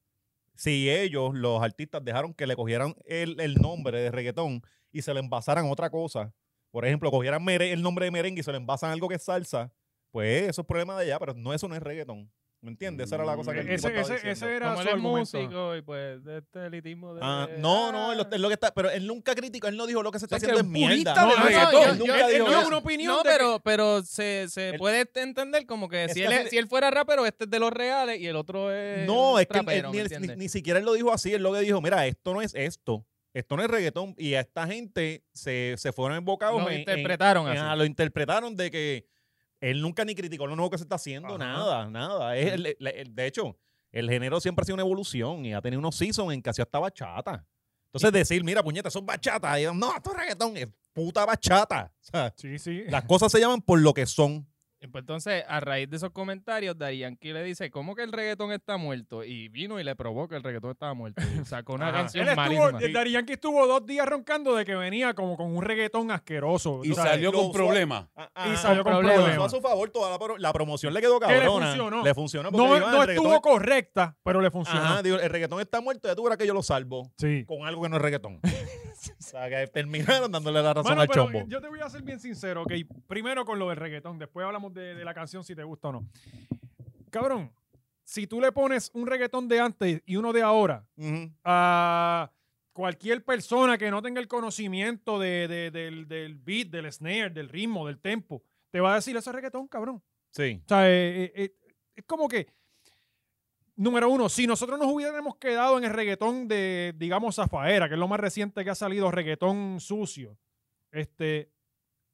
D: Si ellos, los artistas, dejaron que le cogieran el, el nombre de reggaetón y se le envasaran otra cosa, por ejemplo, cogieran mere- el nombre de merengue y se le envasan algo que es salsa, pues eso es problema de allá, pero no, eso no es reggaetón. ¿Me entiendes? Esa era la cosa que el
E: Mm.
B: Ese,
D: tipo estaba
B: ese,
D: diciendo.
B: ese era
C: Como
B: su
C: él es
B: argumento.
C: músico y pues de este elitismo de...
D: Ah, no, no, es lo, es lo que está, pero él nunca criticó, él no dijo lo que se está
E: O sea, que
D: haciendo es
E: un purista
D: mierda.
E: del
D: no,
E: reggaetón.
D: él nunca dijo
B: no,
D: eso.
B: una opinión
C: No,
B: de que-
C: pero, pero se, se
D: Él-
C: puede ent- entender como que
D: Es
C: si,
D: que
C: él, es-
D: hace-
C: si él fuera rapero, este es de los reales y el otro es.
D: No, es que él-
C: trapero,
D: él
C: ¿me
D: ni, ni-
C: entiendes?
D: ni siquiera él lo dijo así, él lo que dijo, mira, esto no es esto, esto no es reggaetón, y a esta gente se, se fueron embocados
C: Lo
D: en- en-
C: interpretaron
D: en- ah,
C: así.
D: lo interpretaron de que él nunca ni criticó lo nuevo que se está haciendo,
B: Ajá.
D: nada, nada. Es el- el- el- de hecho, el género siempre ha sido una evolución y ha tenido unos seasons en que hacía hasta bachata. Entonces decir, mira, puñeta, son bachata, y yo, no, esto es reggaetón, es puta bachata. O sea,
B: Sí, sí.
D: Las cosas se llaman por lo que son.
C: Y pues Entonces, a raíz de esos comentarios, Darianki le dice, ¿cómo que el reggaetón está muerto? Y vino y le probó que el reggaetón estaba muerto. Y sacó una
B: Ajá.
C: canción
B: Él estuvo,
C: malísima.
B: el Daddy Yankee estuvo dos días roncando de que venía como con un reggaetón asqueroso.
E: Y
B: o sea,
E: salió
D: lo
E: con
D: usual.
E: problemas.
D: Ah,
B: y
D: ah,
B: salió con
C: problema.
D: Eso a
B: problemas.
D: su favor, toda la, pro- la promoción le quedó
B: le
D: cabrona.
B: funcionó.
D: Le funcionó porque
B: No,
D: dijo, ah,
B: no
D: el reggaetón-
B: estuvo correcta, pero le funcionó.
D: Ajá, digo, el reggaetón está muerto, ya tú verás que yo lo salvo
B: sí.
D: con algo que no es reggaetón. o sea, que terminaron dándole la razón
B: Mano,
D: al
B: pero
D: chombo.
B: Yo te voy a ser bien sincero, ok. Primero con lo del reggaetón, después hablamos de, de la canción si te gusta o no. Cabrón, si tú le pones un reggaetón de antes y uno de ahora
D: Ujú.
B: a cualquier persona que no tenga el conocimiento de- de- del, del beat, del snare, del ritmo, del tempo, te va a decir eso es reggaetón, cabrón.
D: Sí.
B: O sea, eh, eh, eh, es como que, número uno, si nosotros nos hubiéramos quedado en el reggaetón de, digamos, Zafaera, que es lo más reciente que ha salido, reggaetón sucio, este,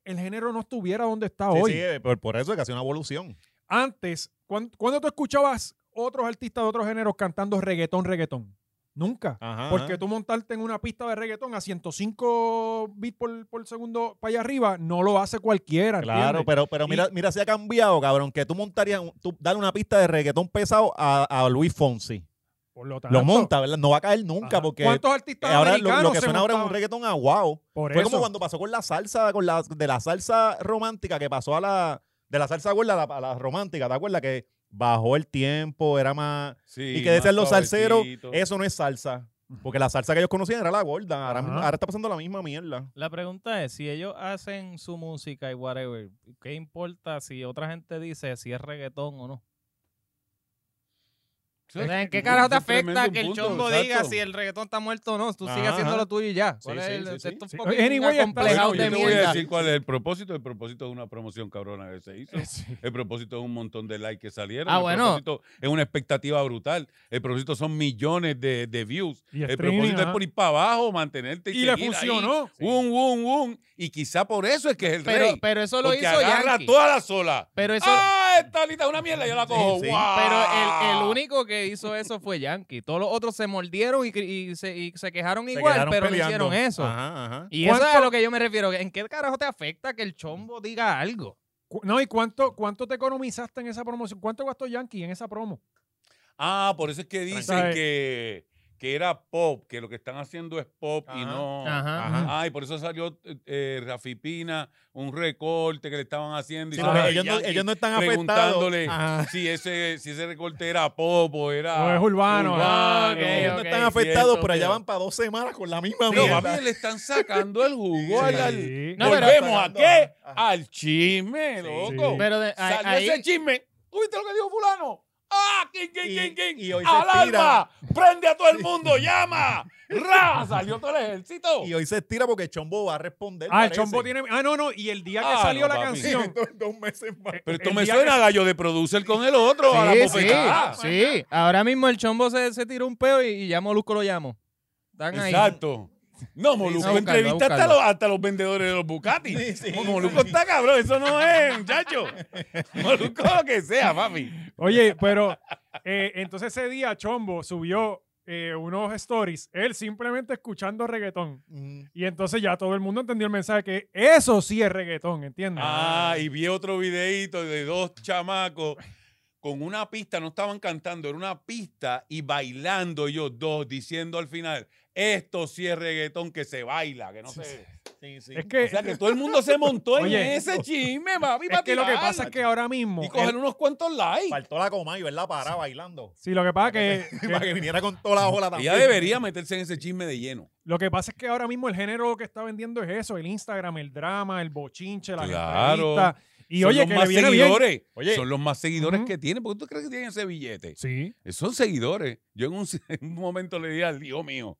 B: el género no estuviera donde está
D: Sí,
B: hoy.
D: sí, eh, por, por eso es que hace una evolución.
B: Antes, cuando tú escuchabas otros artistas de otros géneros cantando reggaetón, reggaetón? Nunca.
D: Ajá.
B: Porque tú montarte en una pista de reggaetón a 105 bits por, por segundo para allá arriba, no lo hace cualquiera.
D: Claro, pues,
B: ¿entiendes?
D: pero, pero mira, mira si ha cambiado, cabrón, que tú montarías, un- tú dale una pista de reggaetón pesado a, a Luis Fonsi.
B: Por lo,
D: Lo
B: tanto,
D: monta, ¿verdad? No va a caer nunca
B: ajá.
D: porque eh,
B: ¿Cuántos artistas
D: ahora lo- lo,
B: americanos
D: que
B: se
D: suena ahora es un
B: montaban?
D: reggaetón a wow.
B: Por
D: Fue
B: eso.
D: como cuando pasó con la salsa, con la, de la salsa romántica que pasó a la, de la salsa gorda a la, a la romántica, ¿te acuerdas? Que bajó el tiempo, era más, y que decían los salseros, eso no es salsa. Porque la salsa que ellos conocían era la gorda, ahora,
B: Ajá.
D: ahora está pasando la misma mierda.
C: La pregunta es, si ellos hacen su música y whatever, ¿qué importa si otra gente dice si es reggaetón o no?
G: O sea, ¿En qué carajo te afecta que el chombo diga si el reggaetón está muerto o no? Tú sigues
D: Ajá,
G: haciendo
D: ajá.
G: lo tuyo y ya.
D: Sí,
G: ¿Cuál es
D: sí,
G: el-
D: sí, sí.
G: esto es
B: Sí.
G: porque
B: Anyway,
G: una
B: está-
G: complejado
E: yo
G: de
E: te voy a
G: mierda.
E: decir cuál es el propósito. El propósito de una promoción cabrona que se hizo. El propósito de un montón de likes que salieron.
G: Eh. Ah,
E: el
G: bueno.
E: propósito es una expectativa brutal. El propósito son millones de, de views.
B: Y
E: El
B: streaming,
E: propósito es
B: ajá.
E: por ir para abajo, mantenerte y,
B: y le
E: seguir ahí.
B: funcionó.
E: Un, un, un. Y quizá por eso es que es el
G: Pero,
E: rey.
G: pero eso lo
E: porque
G: hizo
E: agarra
G: Yankee.
E: toda la sola.
G: Pero eso...
E: ¡Ah, esta lista es una mierda! Yo la cojo.
D: sí.
E: ¡Guau!
G: Pero
E: Ah.
G: el, el único que hizo eso fue Yankee. Todos los otros se mordieron y, cri- y se, y se quejaron
D: Se
G: igual,
D: quedaron
G: pero no
D: peleando.
G: hicieron eso.
D: Ajá, ajá.
G: Y eso es
B: ¿Cuánto-
G: a lo que yo me refiero. ¿En qué carajo te afecta que el chombo diga algo?
B: Cu- No, ¿y cuánto, cuánto te economizaste en esa promoción? ¿Cuánto gastó Yankee en esa promo?
E: Ah, por eso es que dicen
B: ¿Sabes?
E: que, que era pop, que lo que están haciendo es pop y
D: Ajá,
E: no.
G: Ajá.
D: Ajá.
E: Ay, por eso salió eh, eh, Rafi Pina, un recorte que le estaban haciendo.
D: Sí,
E: salió
D: porque
E: Daddy
D: ellos, no,
E: Yankee
D: ellos no están afectados.
E: preguntándole
D: Ajá.
E: si ese, si ese recorte era pop o era.
B: O es urbano,
G: ah, ok,
E: urbano.
D: Ellos no
G: ok,
D: están afectados,
G: cierto,
D: pero allá
G: cierto.
D: van para dos semanas con la misma
E: No,
D: mierda.
E: papi, le están sacando el jugo al. al-
B: Sí.
G: No, pero-
E: ¿Volvemos a
D: sacando-
E: qué?
D: Ajá.
E: Al chisme, loco.
B: sí.
G: Pero de-
C: eh,
G: a-
E: Salió
G: ahí-
E: ese chisme. ¿Tuviste lo que dijo fulano? ¡Ah! ¡King, king,
D: Y-
E: king, king!
D: y hoy se
E: ¡Alarma! ¡Prende a todo el mundo! ¡Llama! ¡Ra! Salió todo el ejército.
D: Y hoy se estira porque Chombo va a responder.
B: ah, el
D: parece.
B: chombo tiene. Ah, no, no. Y el día que
E: Ah,
B: salió
E: no,
B: la
E: papi.
B: canción.
D: Dos- dos meses más.
E: Pero esto
B: el
E: me
B: día
E: suena
B: que-
E: a gallo de producer con el otro, a la
G: Sí, sí,
E: bofetada.
G: sí. Ahora mismo el chombo se, se tiró un peo y, y ya Molusco lo llamo. Están ahí.
E: Exacto. No,
G: Sí,
E: Moluco
G: a buscarlo,
E: entrevista
G: a
E: hasta
G: buscarlo.
E: los, hasta los vendedores de los Bucati.
D: Sí, sí,
E: Moluco
D: sí.
E: está cabrón, eso no es, muchacho. Moluco lo que sea, papi.
B: Oye, pero eh, entonces ese día Chombo subió eh, unos stories, él simplemente escuchando reggaetón.
D: Mm.
B: Y entonces ya todo el mundo entendió el mensaje que eso sí es reggaetón, ¿entiendes?
E: Ah, y vi otro videito de dos chamacos con una pista, no estaban cantando, era una pista y bailando ellos dos, diciendo al final, esto sí es reggaetón que se baila, que no se...
D: Sí, sí.
B: es que,
E: O sea, que todo el mundo se montó en
B: Oye,
E: ese chisme, papi,
B: es
E: para
B: que lo que
E: tirar.
B: pasa es que ahora mismo.
E: Y coger
B: él-
E: unos cuantos likes.
D: Faltó la coma y ¿verdad? Para bailando.
B: sí, lo que pasa es que-
D: Para
B: que
D: que viniera con toda la ola también.
E: Ella debería meterse en ese chisme de lleno.
B: Lo que pasa es que ahora mismo el género que está vendiendo es eso, el Instagram, el drama, el bochinche, la
E: Claro.
B: Y
E: Son
B: oye,
E: los
B: que le
E: más
B: viene bien.
E: seguidores.
D: Oye.
E: Son los más seguidores
B: Ujú.
E: que tienen. ¿Por qué tú crees que tienen ese billete?
B: Sí.
E: Son seguidores. Yo en un, en un momento le dije al hijo mío,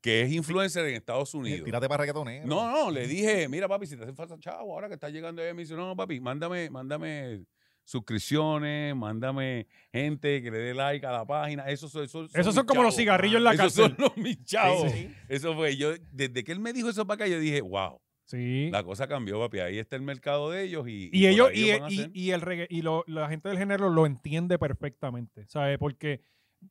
E: que es influencer en Estados Unidos.
D: Tírate para reggaetonero.
E: No, no, le dije, mira, papi, si te hacen falta chavo, ahora que estás llegando ahí, me dice, no, papi, mándame, mándame suscripciones, mándame gente que le dé like a la página. Esos son, esos
B: Esos
E: mis
B: son como los
E: chavos.
B: cigarrillos en la
E: Esos
B: cárcel.
E: son los mis chavos.
D: Sí, sí.
E: Eso fue. Yo, desde que él me dijo eso para acá, yo dije, wow,
B: Sí.
E: la cosa cambió, papi. Ahí está el mercado de ellos y.
B: Y
E: por
B: ellos,
E: ahí
B: y,
E: lo van a
B: y-
E: hacer.
B: y el regga- y lo- la gente del género lo entiende perfectamente, ¿sabes? Porque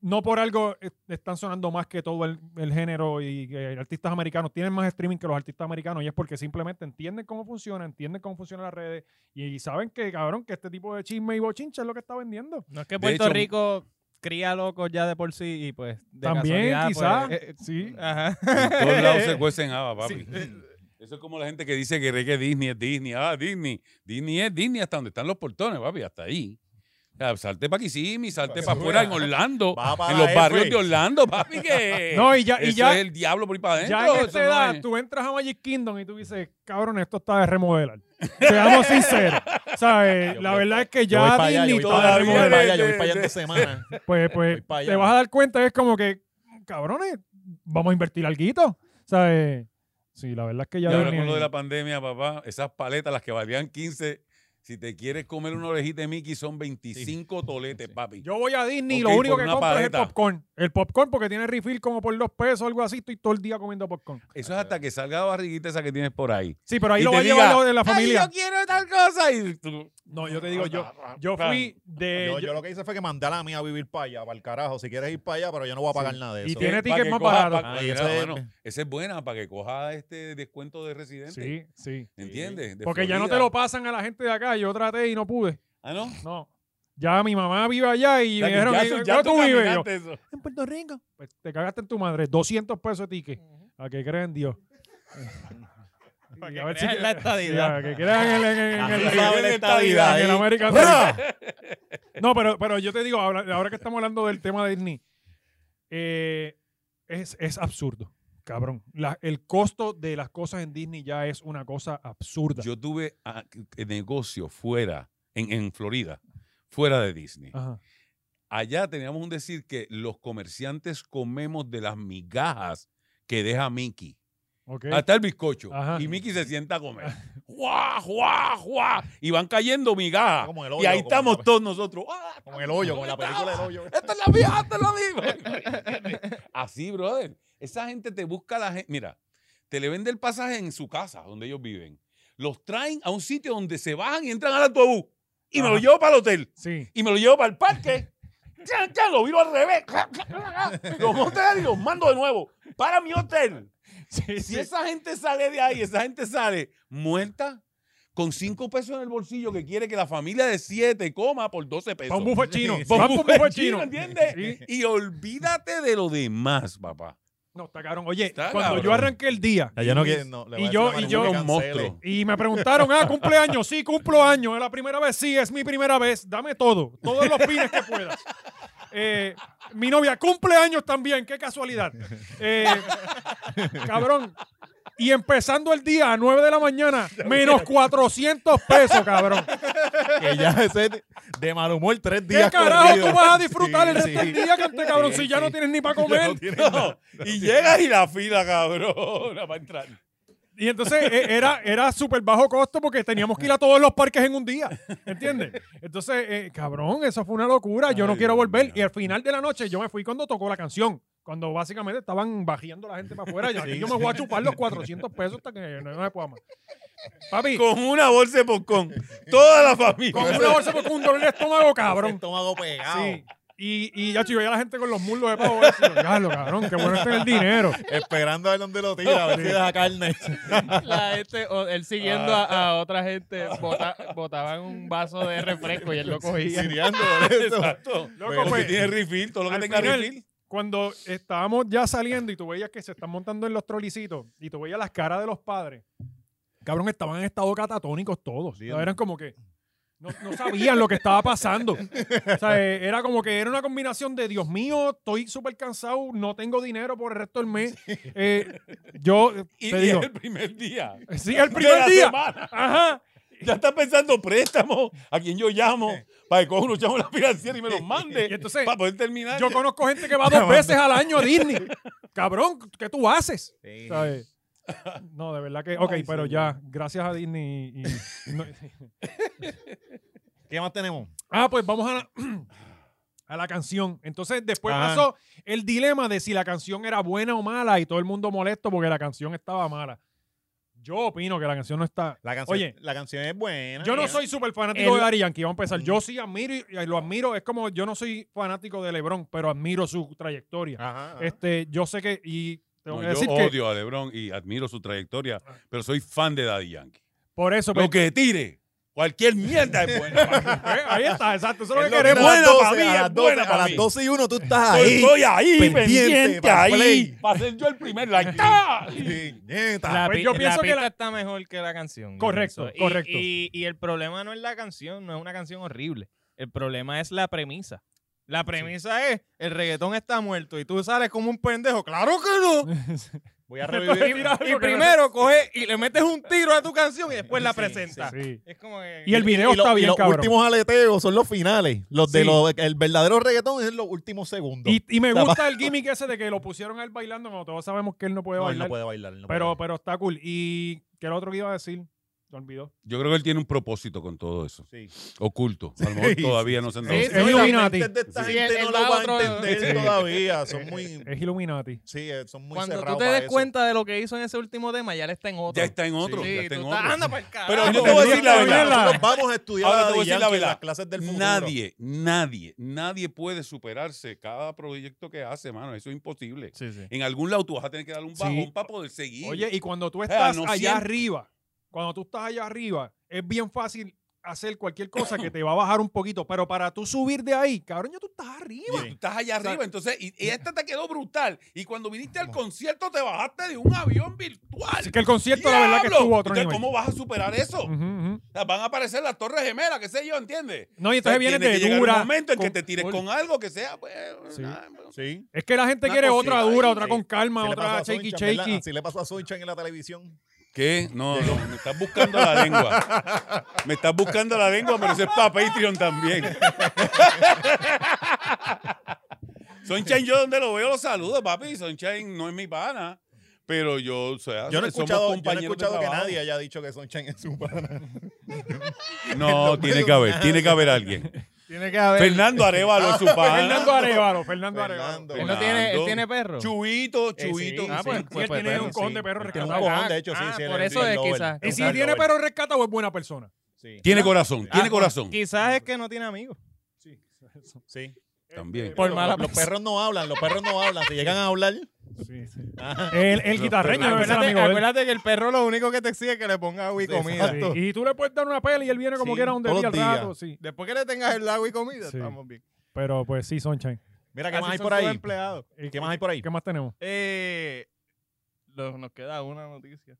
B: no por algo eh, están sonando más que todo el, el género y que artistas americanos tienen más streaming que los artistas americanos y es porque simplemente entienden cómo funciona, entienden cómo funcionan las redes y, saben que, cabrón, que este tipo de chisme y bochincha es lo que está vendiendo.
C: No es que Puerto
E: hecho-
C: Rico cría locos ya de por sí y pues de
B: También,
C: casualidad,
B: quizás.
C: pues, eh, eh,
B: sí.
C: ajá.
E: En todos lados se cuecen haba, papi. Eso es como la gente que dice que reggae Disney es Disney. Ah, Disney. Disney es Disney hasta donde están los portones, papi, hasta ahí. O sea, salte para Kissimmee, salte para afuera en Orlando,
D: Baja para
E: en
D: la
E: los barrios
D: F.
E: de Orlando, papi, que
B: No, y ya, y
E: eso
B: ya,
E: es el diablo por ahí para adentro.
B: ya en
E: eso
B: esta
E: no
B: edad
E: es-
B: tú entras a Magic Kingdom y tú dices, cabrón, esto está de remodelar. Seamos sinceros. ¿Sabes?
D: Yo
B: La
D: voy-
B: verdad es que
D: Yo voy
B: ya
D: para allá, yo
B: Disney
D: voy
B: está de
D: para allá, yo voy
B: remodelar.
D: para allá, yo voy
E: de-
D: para allá en
E: de-
D: dos semanas.
E: Eh,
B: pues, pues
D: Voy pa' allá.
B: te vas a dar cuenta, es como que, cabrones, vamos a invertir alguito, ¿sabes? Sí, la verdad es que
E: Y
B: ya...
E: ahora
B: Disney-
E: con lo de la pandemia, papá, esas paletas, las que valían 15, si te quieres comer una orejita de Mickey, son 25 toletes, papi.
B: Yo voy a Disney y
E: Ok,
B: lo único
E: por
B: que
E: una
B: compro es
E: paleta.
B: el popcorn. El popcorn porque tiene refill como por dos pesos o algo así, estoy todo el día comiendo popcorn.
E: Eso es hasta que salga la barriguita esa que tienes por ahí.
B: Sí, pero ahí
E: Y
B: lo
E: te
B: va a
E: diga,
B: llevar lo de la
E: "Ay,
B: familia. Ah,
E: yo quiero tal cosa. Y tú,
B: No, yo te digo, yo, yo fui de...
D: Eh, Yo,
B: yo-
D: yo lo que hice fue que mandé a la mía a vivir para allá, para el carajo. Si quieres ir para allá, pero yo no voy a pagar nada de
B: Y
D: eso.
B: tiene
E: Pa'
B: tickets
E: que
B: más
E: coja-
B: baratos.
E: pa-
D: Ah,
E: mira,
D: esa es-
E: bueno, esa es buena para que coja este descuento de residente.
B: Sí, sí.
E: ¿Entiendes? De
B: Porque ya no te
E: Florida.
B: lo pasan a la gente de acá, yo traté y no pude.
E: Ah, no.
B: No. Ya mi mamá vive allá y
E: O sea,
B: me
E: que
B: dijeron,
E: ya
B: "Ey,
E: tú- ya
B: ¿dónde
E: tú
B: tú vives? Yo,
E: caminaste eso.
B: en Puerto Rico. Pues te cagaste en tu madre. 200 pesos de ticket. A que crean en Dios. Y a ver si-
C: crean en la estadidad.
B: Sí, a que crean en el, en el- en
D: Ah,
B: el-
D: tú sabes la
B: en el-
D: estadidad
B: en el
D: ahí.
B: American
D: ¡Ra!
B: Dream. No, pero, pero yo te digo, ahora, ahora que estamos hablando del tema de Disney, eh, es, es absurdo, cabrón. La- el costo de las cosas en Disney ya es una cosa absurda.
E: Yo tuve ah, eh, negocio fuera, en, en Florida, fuera de Disney.
B: Ajá.
E: Allá teníamos un decir que los comerciantes comemos de las migajas que deja Mickey.
B: ok.
E: Hasta el bizcocho.
B: Ajá.
E: Y Mickey se sienta a comer. ¡Juá, juá, juá! Y van cayendo migajas.
D: Como el hoyo,
E: y ahí
D: como
E: estamos
D: la-
E: todos nosotros. ¡Ah,
D: Como el hoyo, como la película del hoyo.
E: Esta es la vieja, te lo digo. Así, brother. Esa gente te busca la gente. Mira, te le vende el pasaje en su casa, donde ellos viven. Los traen a un sitio donde se bajan y entran al autobús. Y me lo
B: Ajá.
E: llevo para el hotel.
B: Sí.
E: Y me lo llevo para el parque. Ya, ya, lo viro al revés. Los monto y los mando de nuevo. Para mi hotel.
B: Sí,
E: Si
B: sí.
E: esa gente sale de ahí, esa gente sale muerta con cinco pesos en el bolsillo que quiere que la familia de siete coma por 12 pesos.
B: Pa' un buffet chino.
E: Sí, sí.
B: Pa' un buffet chino.
E: ¿entiendes?
B: Sí.
E: Y olvídate de lo demás, papá.
B: No, está cabrón. Oye,
E: Está
B: cuando yo
E: cabrón.
B: arranqué el día
D: Ya, yo no quiero- no,
B: Y
D: le voy a decir
B: yo-
D: a Manu
B: y
D: que
B: yo-
D: cancele.
E: monstruo.
B: y me preguntaron, ah, cumpleaños, sí, cumplo años, es la primera vez, sí, es mi primera vez, dame todo, todos los pines que puedas. Eh, mi novia, cumpleaños también, qué casualidad. Eh, cabrón. Y empezando el día a 9 de la mañana, menos 400 pesos, cabrón.
D: Que ya ese de- de mal humor tres
B: ¿Qué
D: días.
B: carajo
D: corridos.
B: tú vas a disfrutar el
D: Sí,
B: resto del
D: sí.
B: día, cante, cabrón?
D: Sí,
B: si ya
D: sí.
B: no tienes ni para
D: Ya no
B: comer.
D: tienes
E: No,
D: nada.
E: y llegas y la fila, cabrón, para entrar.
B: Y entonces e- era, era súper bajo costo porque teníamos que ir a todos los parques en un día, ¿entiendes? Entonces, eh, cabrón, eso fue una locura, yo no
E: Ay,
B: quiero
E: Dios
B: volver.
E: mío.
B: Y al final de la noche yo me fui cuando tocó la canción, cuando básicamente estaban bajeando la gente para afuera. Yo, yo me voy a chupar los 400 pesos hasta que no me pueda más. Papi, con
E: Con una bolsa de popcorn. Toda la familia.
B: una bolsa porque un dolor de estómago, cabrón.
D: Estómago pegado.
B: Sí. Y, y ya chivo, ya la gente con los muslos de pavo. eso. Yo, "Diablo, cabrón, qué bueno está el dinero.
D: Esperando a ver dónde lo tira, a ver si deja carne.
C: La gente, o él siguiendo a,
E: Ah.
C: a otra gente, bota- botaban un vaso de refresco y él lo cogía.
D: Siriando, ¿verdad?
E: Exacto.
B: Loco,
E: Pero
B: pues,
E: que tiene refill, todo lo que
B: al
E: tenga
B: final-
E: refill.
B: cuando estábamos ya saliendo y tú veías que se están montando en los trolicitos y tú veías las caras de los padres, cabrón, estaban en estado catatónicos todos.
D: Lindo.
B: Eran como que no, no sabían lo que estaba pasando. O sea, eh, era como que era una combinación de Dios mío, estoy súper cansado, no tengo dinero por el resto del mes. Eh, yo eh,
E: Y,
B: te
E: y
B: digo, eh,
E: es el primer día.
B: sí, el
E: de
B: primer
E: la
B: día.
E: semana.
B: Ajá.
E: Ya está pensando préstamo a quien yo llamo para que coja unos chavos de la financiera y me los mande
B: Y entonces,
E: para poder terminar.
B: Yo conozco gente que va dos veces al año a Disney. Cabrón, ¿qué tú haces? ¿Sabes? No, de verdad que. Ok,
E: Ay,
B: pero
E: señor.
B: ya, gracias a Disney. y- y no-
D: ¿Qué más tenemos?
B: ah, pues vamos a la, a la canción. Entonces, después
D: Ajá.
B: pasó el dilema de si la canción era buena o mala y todo el mundo molesto porque la canción estaba mala. Yo opino que la canción no está.
D: La canción,
B: Oye.
D: la canción es buena.
B: Yo no
D: mira.
B: soy súper fanático
C: El-
B: de Ari Yankee, vamos a empezar. Yo sí admiro y y lo admiro. Es como yo no soy fanático de LeBron, pero admiro su trayectoria.
D: Ajá, ajá.
B: Este, yo sé que. Y tengo
E: No,
B: que
E: yo
B: decir que.
E: odio a LeBron y admiro su trayectoria, pero soy fan de Daddy Yankee.
B: Por eso. pues,
E: Lo que tire, cualquier mierda es buena.
B: eh, ahí está, exacto. Eso es lo
D: Es
B: que
D: lo que
B: queremos.
D: a las
E: Buena pa'
D: 12,
E: mí,
D: a
E: es
D: las
E: buena
D: 12,
E: pa'
D: a
E: mí.
D: las 12 y 1 tú estás ahí.
E: Estoy ahí, pendiente,
D: pendiente, para el
E: ahí,
D: play.
E: para ser yo el primer like. ¡Ah!
D: Puñeta.
C: La,
B: Pues
C: pi-
B: yo
C: la
B: pienso que
C: pista
B: la-
C: está mejor que la canción.
B: Correcto,
C: Eso. Y-
B: correcto.
C: Y, y el problema no es la canción, no es una canción horrible. El problema es la premisa. La premisa es, el reggaetón está muerto y tú sales como un pendejo. ¡Claro que no!
D: Voy a revivir.
B: Mira,
G: Y
B: lo que-
G: primero coges y le metes un tiro a tu canción y después la
C: Sí,
G: presentas.
B: Sí.
C: Es como que...
B: Y el video
D: Y lo-
B: está
D: y
B: bien,
D: los
B: cabrón.
D: últimos aleteos son los finales. Los de
B: Sí.
D: los, el verdadero reggaetón es en los últimos segundos.
B: Y, y me
D: La
B: gusta el gimmick ese de que lo pusieron a él bailando, cuando todos sabemos que él no puede
D: no, él
B: bailar.
D: no puede bailar. él no
B: pero,
D: puede.
B: pero está cool. Y que el otro que iba a decir, se olvidó.
E: Yo creo que él tiene un propósito con todo eso,
D: Sí.
E: oculto. A lo mejor
D: Sí,
E: todavía no se han dado
C: Sí,
E: cuenta.
B: Es
D: Sí,
B: Illuminati.
D: las mentes de esta
C: Sí,
D: gente
C: él- él
D: no lo
C: va
D: va a
C: otro-
D: entender
B: Sí.
D: todavía. Son muy.
B: Es Illuminati.
D: Sí, eh, son muy
C: Cuando tú
D: cerrados
C: te
D: para
C: des
D: eso.
C: cuenta de lo que hizo en ese último tema, ya le está en otro.
E: Ya está en otro,
C: Sí,
E: ya está en
C: tú
E: otro.
C: estás- anda pa'l carajo.
E: Pero yo
D: Nosotros
E: te voy a decir la
B: Tendrías que
E: verdad.
B: verla.
D: nosotros Vamos a estudiar
E: Ahora
D: a
E: te voy a
D: Daddy
E: decir la
D: Yankee en
E: verdad.
D: las clases del futuro.
E: Nadie, nadie, nadie puede superarse cada proyecto que hace, mano. Eso es imposible.
C: Sí, sí.
E: En algún lado tú vas a tener que darle un
B: Sí.
E: bajón para poder seguir.
B: Oye, y cuando tú
E: sea,
B: estás
E: no
B: allá
E: siempre.
B: arriba, cuando tú estás allá arriba, es bien fácil hacer cualquier cosa que te va a bajar un poquito, pero para tú subir de ahí, cabrón, ya tú estás arriba.
E: Tú estás allá arriba, entonces, y, y esta te quedó brutal. Y cuando viniste al concierto, te bajaste de un avión virtual.
B: Así que el concierto, la verdad, que
E: ¡Diablo!
B: estuvo a otro
E: Entonces,
B: nivel.
E: ¿Cómo vas a superar eso?
B: Ujú, ujú.
E: O sea, Van a aparecer las torres gemelas, qué sé yo, ¿entiendes?
B: No, y entonces
E: viene
B: vienes de
E: un
B: dura.
E: momento en que
B: con-
E: te tires con algo que sea, pues,
B: Sí.
E: nada, pues,
D: Sí.
B: Es que la gente
E: una
B: quiere otra
E: cosita
B: dura,
E: ahí,
B: otra
E: sí.
B: con calma,
D: Así le pasó
B: otra
D: a
B: shaky
D: Sonchan, ¿verdad?
B: shaky.
D: Así le pasó a Sonchan en la televisión.
E: ¿Qué? No, no, me estás buscando la lengua. Me estás buscando la lengua, pero eso es para Patreon también. Sunshine, yo donde lo veo lo saludo, papi. Sunshine no es mi pana, pero yo, o sea,
D: Yo no he
E: somos
D: escuchado, yo no he
E: compañeros de
D: escuchado que
E: trabajo.
D: nadie haya dicho que Sonchan es su pana.
E: No, tiene que haber, tiene que haber alguien.
C: Tiene que haber...
E: Fernando Arevalo
D: Ah,
E: es su pana.
B: Fernando Arevalo, Fernando Arevalo.
D: Fernando.
C: Él no tiene, él
E: Fernando.
C: tiene perro.
E: Chuito,
D: sí,
E: Chuito.
D: sí. Ah,
B: Sí, y él
C: pues,
B: tiene
C: perro,
B: un cojón
C: sí.
B: de perros
D: Tiene un
B: rescatados.
D: cojón, de hecho, sí.
C: Ah,
D: sí, él
C: por
D: un
C: eso
D: cat
C: es
D: lover.
C: quizás.
D: Un
B: Y si
D: cat
B: tiene
D: lover.
B: perros rescatados, es buena persona.
D: Sí.
E: Tiene corazón,
D: Ah, pues.
E: tiene corazón.
C: Ah, Quizás es que no tiene amigos.
D: Sí.
E: También.
C: Por mala
D: Los perros no hablan, los perros no hablan. Si llegan a hablar,
B: Sí, sí.
D: Ajá.
B: El, el guitarreño debe ser
C: Acuérdate,
B: amigo de él.
C: acuérdate que el perro lo único que te exige es que le ponga agua y
D: Sí,
C: comida.
D: exacto.
B: Sí, Y tú le puedes dar una peli y él viene como
D: Sí,
B: quiera donde
D: todos
B: día al
D: los días.
B: rato, sí.
C: Después que le tengas el agua y comida,
B: Sí.
C: estamos bien.
B: Pero pues sí, Sunshine.
D: mira, ¿qué
C: Así
D: más hay
C: son
D: por
C: sus
D: ahí?
C: empleados.
B: ¿Y
D: ¿Qué más hay por ahí?
B: ¿Qué más tenemos?
C: Eh, lo- nos queda una noticia.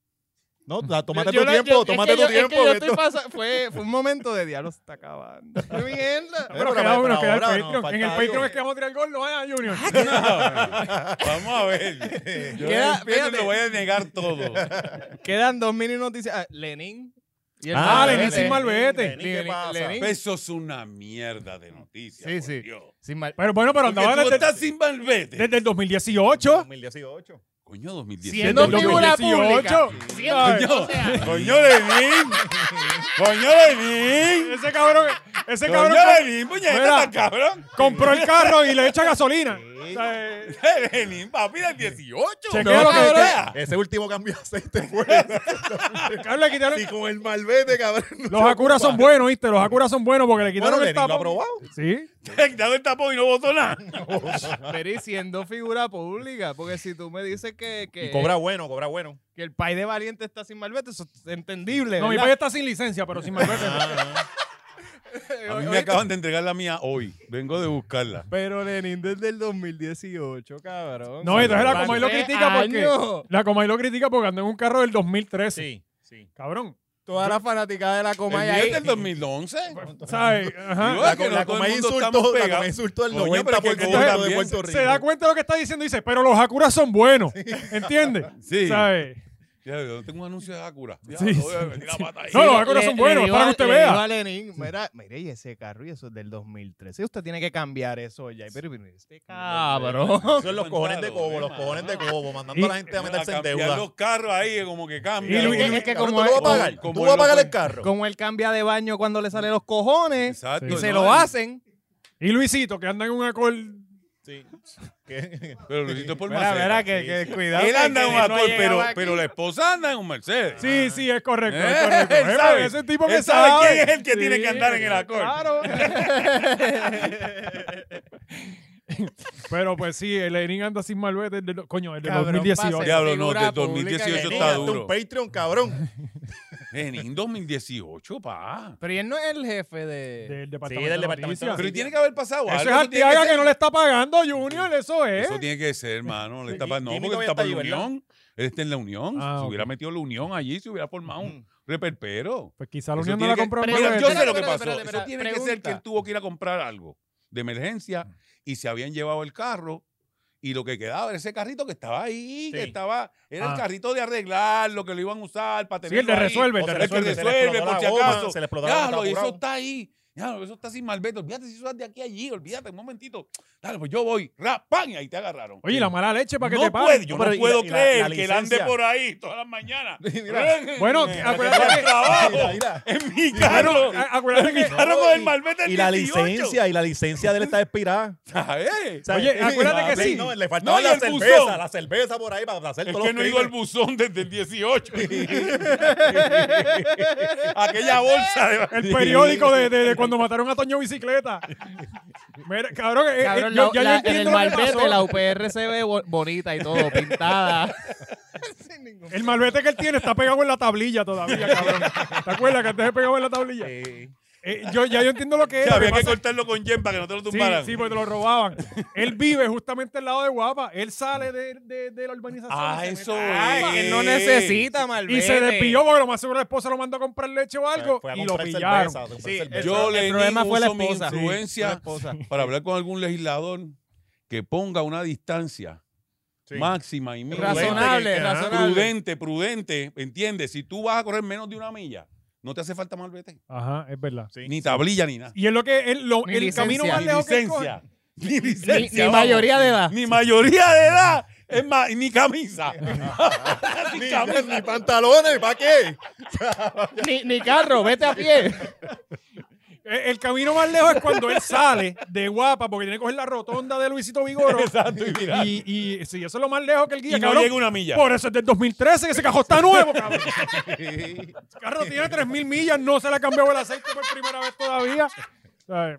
D: No, la- tómate
C: Yo
D: tu
C: la-
D: tiempo,
C: yo- es
D: tómate
C: que
D: tu
C: yo- es que
D: tiempo.
C: yo
D: que
C: estoy
D: esto-
C: pasa- fue, fue un momento de diálogo, se está acabando.
D: Eh,
C: Mierda.
B: Pero
D: pero-
B: queda
D: pero
B: uno, queda el
D: ahora
B: Patreon. En
D: no, falta
B: el
D: algo. Ah,
B: Patreon es que vamos a tirar el gol, no vaya Junior.
E: Vamos a ver. Yo
C: Queda-
E: al Patreon
C: fíjate.
E: le voy a negar todo.
C: Quedan dos mini noticias. Ah, Lenin. y el
D: Ah,
B: Ah,
C: Malvete.
B: Lenin sin malvete.
D: Lenin, ¿qué pasa?
C: Lenin. Pues,
E: Pero Eso es una mierda de noticias.
C: Sí,
E: por
C: sí.
E: Dios.
C: Sin mal- pues,
B: Pero bueno, pero
E: Porque
B: andaban
E: tú
B: desde,
E: estás sin malvete.
B: desde el 2018.
D: 2018.
E: Coño, 2018.
C: Siendo
E: Coño,
C: figura pública.
B: Siendo-
E: Coño, coño, Lenín. Coño, Lenín.
B: Ese cabrón, ese
E: Coño,
B: cabrón
E: Lenín, puñeta,
B: Mira.
E: tan cabrón.
B: compró el carro y le echa gasolina. O sea, eh,
E: Lenín, papi, del 18.
B: Chequea lo que-
E: cabrón.
D: Este, Ese último cambio de aceite fue.
B: cabrón, le quitaron-
D: y con el malvete, cabrón.
B: Los Acura son buenos, ¿viste? Los Acura son buenos porque le quitaron
D: Bueno,
B: el
D: Lenin lo ha
B: tapón.
D: probado.
B: Sí.
E: Le he quitado el tapón y no votó nada.
C: Pero y siendo figura pública, porque si tú me dices que, que,
D: Y cobra bueno, cobra bueno.
C: que el país de Valiente está sin malvete, eso es entendible.
B: No, mi
C: ¿verdad?
B: país está sin licencia, pero sin malvete.
E: A mí me acaban de entregar la mía hoy. Vengo de buscarla.
C: Pero Lenin desde el 2018, cabrón.
B: No, entonces la Comay Ah, lo
C: Hace
B: critica
C: años.
B: porque. La Comay lo critica porque andó en un carro del 2013.
D: sí.
B: Cabrón.
C: Toda la fanaticada de la
E: El
C: Comay
E: mío es
C: ahí.
E: del 2011.
B: Pues, ¿Sabes? Ajá.
E: Digo,
D: La,
E: que
D: co- la
E: no todo el
D: Comay
E: mundo
D: insultó,
E: estamos
D: la
E: pegados.
D: Comay insultó el
E: Coño,
D: 90%
E: pero que
D: de
E: entonces
D: Puerto Rico.
B: se da cuenta de lo que está diciendo y dice, pero los Hakuras son buenos. ¿Entiendes?
E: Sí.
B: ¿Sabes?
E: Ya, yo tengo un anuncio de Acura. Ya,
B: Sí,
E: lo
B: sí,
E: voy a meter la pata ahí.
B: No, eh. los Hakuras son buenos,
C: dijo
B: para
C: a-
B: que usted
C: le dijo
B: vea.
C: a Lenin, mira, mire, y ese carro y eso es del 2013. Usted tiene que cambiar eso ya. Pero, pero este cabrón.
D: Son los cojones de
E: ¿eh?
D: Cobo, los cojones de Cobo, mandando a la gente a meterse en
E: cambiar
D: deuda.
E: los carros ahí, como que
B: Y
E: cambia.
B: Luis-
E: Como-
C: Es que como
D: Cabrón, tú lo vas a
E: como-
D: pagar.
E: como
D: Tú vas a pagar
E: loco.
D: el carro.
C: Como él cambia de baño cuando le salen los cojones,
E: Exacto.
C: y se
E: ¿no?
C: lo hacen.
B: Y Luisito, que anda en un acol
D: Sí. Que-
E: Pero Luisito es por
G: Mira,
E: Mercedes.
G: mira, que, que cuidado.
E: Él
G: que-
E: anda en
G: que
E: un
G: no ha
E: actor, pero,
G: llegado aquí.
E: pero la esposa anda en un Mercedes.
B: Sí, sí, es correcto.
E: Eh,
B: Es correcto.
E: él
B: Eh,
E: sabe.
B: ese tipo que
E: Él sabe quién es el que
B: Sí,
E: tiene que andar en el acorde.
B: Claro. Pero pues sí, el Lenin anda sin malvete. el de lo- coño, el de
G: Cabrón,
B: 2018.
G: pase.
E: Diablo, no,
G: figura
E: de
G: pública
E: 2018
G: que
E: está
D: Hazte un
E: duro.
D: Patreon, cabrón.
E: En 2018, pa.
C: Pero y él no es el jefe de...
B: Del
D: Sí,
B: departamento
D: del
B: de
D: departamento.
B: noticias.
E: Pero tiene que haber pasado
B: Eso
E: algo.
B: es
E: tiene
B: Artiaga que,
E: ser-
B: no le está pagando, Junior, eso es.
E: Eso tiene que ser, hermano. Le
D: Sí,
E: está pa- no,
D: Jimmy todavía
E: porque está por la
D: está ahí, ¿verdad?
E: Unión. Él está en la Unión.
B: Ah,
E: se
B: ok.
E: hubiera metido la Unión allí, se hubiera formado un reperpero.
B: Pues quizá la
E: Eso
B: Unión no
E: tiene
B: la
E: que-
B: compró en
E: Mira,
B: Malvete.
E: yo sé lo que
C: Espérate,
E: pasó.
C: espérate, espérate,
E: Eso tiene que ser que
C: pregunta.
E: él tuvo que ir a comprar algo de emergencia y se habían llevado el carro y lo que quedaba era ese carrito que estaba ahí, que
D: Sí.
E: estaba, era
B: Ah.
E: el carrito de arreglar, lo que lo iban a usar para
B: Sí,
E: tener.
B: el de resuelve, el de
D: O sea,
E: el que
B: resuelve.
D: se
E: resuelve,
D: le explotó
E: por
D: la
E: si
D: goma,
E: acaso.
D: Se le explotó la
E: Claro,
D: goma,
E: eso
D: apurado.
E: está ahí. Claro, eso está sin malvete. Olvídate si eso es de aquí a allí, olvídate un momentito. Dale, pues yo voy, rap, ¡pam! y ahí te agarraron.
B: Oye, la mala leche para que
E: no
B: te
E: puedo,
B: paguen.
E: yo
D: No, pero
E: no
D: y la-
E: puedo
D: y la-
E: creer
D: la
E: que él ande
D: licencia.
E: por ahí todas las mañanas.
B: Bueno,
E: Para
B: acuérdate
E: el
B: que.
E: trabajo.
D: Mira, mira.
E: En mi
B: Bueno,
E: carro.
B: a- acuérdate que.
E: Claro,
D: No,
E: con el malvete del
D: Y la
E: 18.
D: licencia, y la licencia de él está expirada.
E: ¿Sabes?
D: O sea,
B: Oye,
D: eh,
B: acuérdate que sí.
D: No, le faltaba
E: No, y
D: la
E: el buzón.
D: cerveza, la cerveza por ahí para hacer
E: Es
D: todos
E: que no
D: los
E: he ido al
D: crímenes.
E: buzón desde el 18. Aquella bolsa de...
B: El periódico de, de- de cuando mataron a Toño Bicicleta. Mira, cabrón, eh, eh,
C: Cabrón,
B: yo, ya
C: la-
B: yo
C: la- en
B: entiendo
C: el
B: lo que pasó.
C: Malvete la UPR se ve bo- bonita y todo, pintada.
B: El malvete que él tiene está pegado en la tablilla todavía, cabrón. ¿Te acuerdas que antes se pegaba en la tablilla?
D: Sí.
B: Eh, yo, ya yo entiendo lo que
E: Que
B: era.
E: había
B: lo que
E: que
B: pasa-
E: cortarlo con yem para que no te lo
B: Sí,
E: tumbaran.
B: sí, porque te lo robaban. Él vive justamente al lado de Guapa. Él sale de, de- de la urbanización.
E: Ah,
B: y se
E: eso
B: mete-
E: es.
G: Ay, que no necesita malvete.
B: Y se desvió porque lo más seguro la esposa lo mandó a comprar leche o algo.
D: Fue a
B: y lo
D: comprar
B: pillaron.
D: cerveza, a comprar
G: Sí,
D: cerveza.
E: Yo
G: El
E: le
G: problema fue la
E: uso mi
G: esposa. Sí, fue la
E: influencia para hablar con algún legislador que ponga una distancia
D: Sí.
E: máxima y mínima.
C: razonable,
D: que- que-
C: razonable.
E: Prudente, prudente, ¿entiendes? Si tú vas a correr menos de una milla, no te hace falta malvete.
B: Ajá, es verdad.
D: Sí.
E: Ni tablilla ni nada.
B: Y es lo que él, lo-
C: Ni
B: el
C: licencia,
B: camino más
E: Ni
B: lejos que él coge-
E: licencia. Ni
C: Ni,
E: licencia.
C: ni
E: vamos.
C: mayoría de edad.
E: Ni mayoría de edad. Es más, ni camisa.
D: Ni, ni- ni pantalones, ¿para qué?
C: Ni, ni carro, vete a pie.
B: Eh, El camino más lejos es cuando él sale de guapa porque tiene que coger la rotonda de Luisito Vigoro. Exacto, y Y, sí, eso es lo más lejos que el guía.
E: Y no
B: cabrón.
E: llega una milla.
B: Por eso es del 2013 que ese cajón está nuevo, cabrón. El carro tiene 3.000 millas, no se le ha cambiado el aceite por primera vez todavía. ¿Sabes?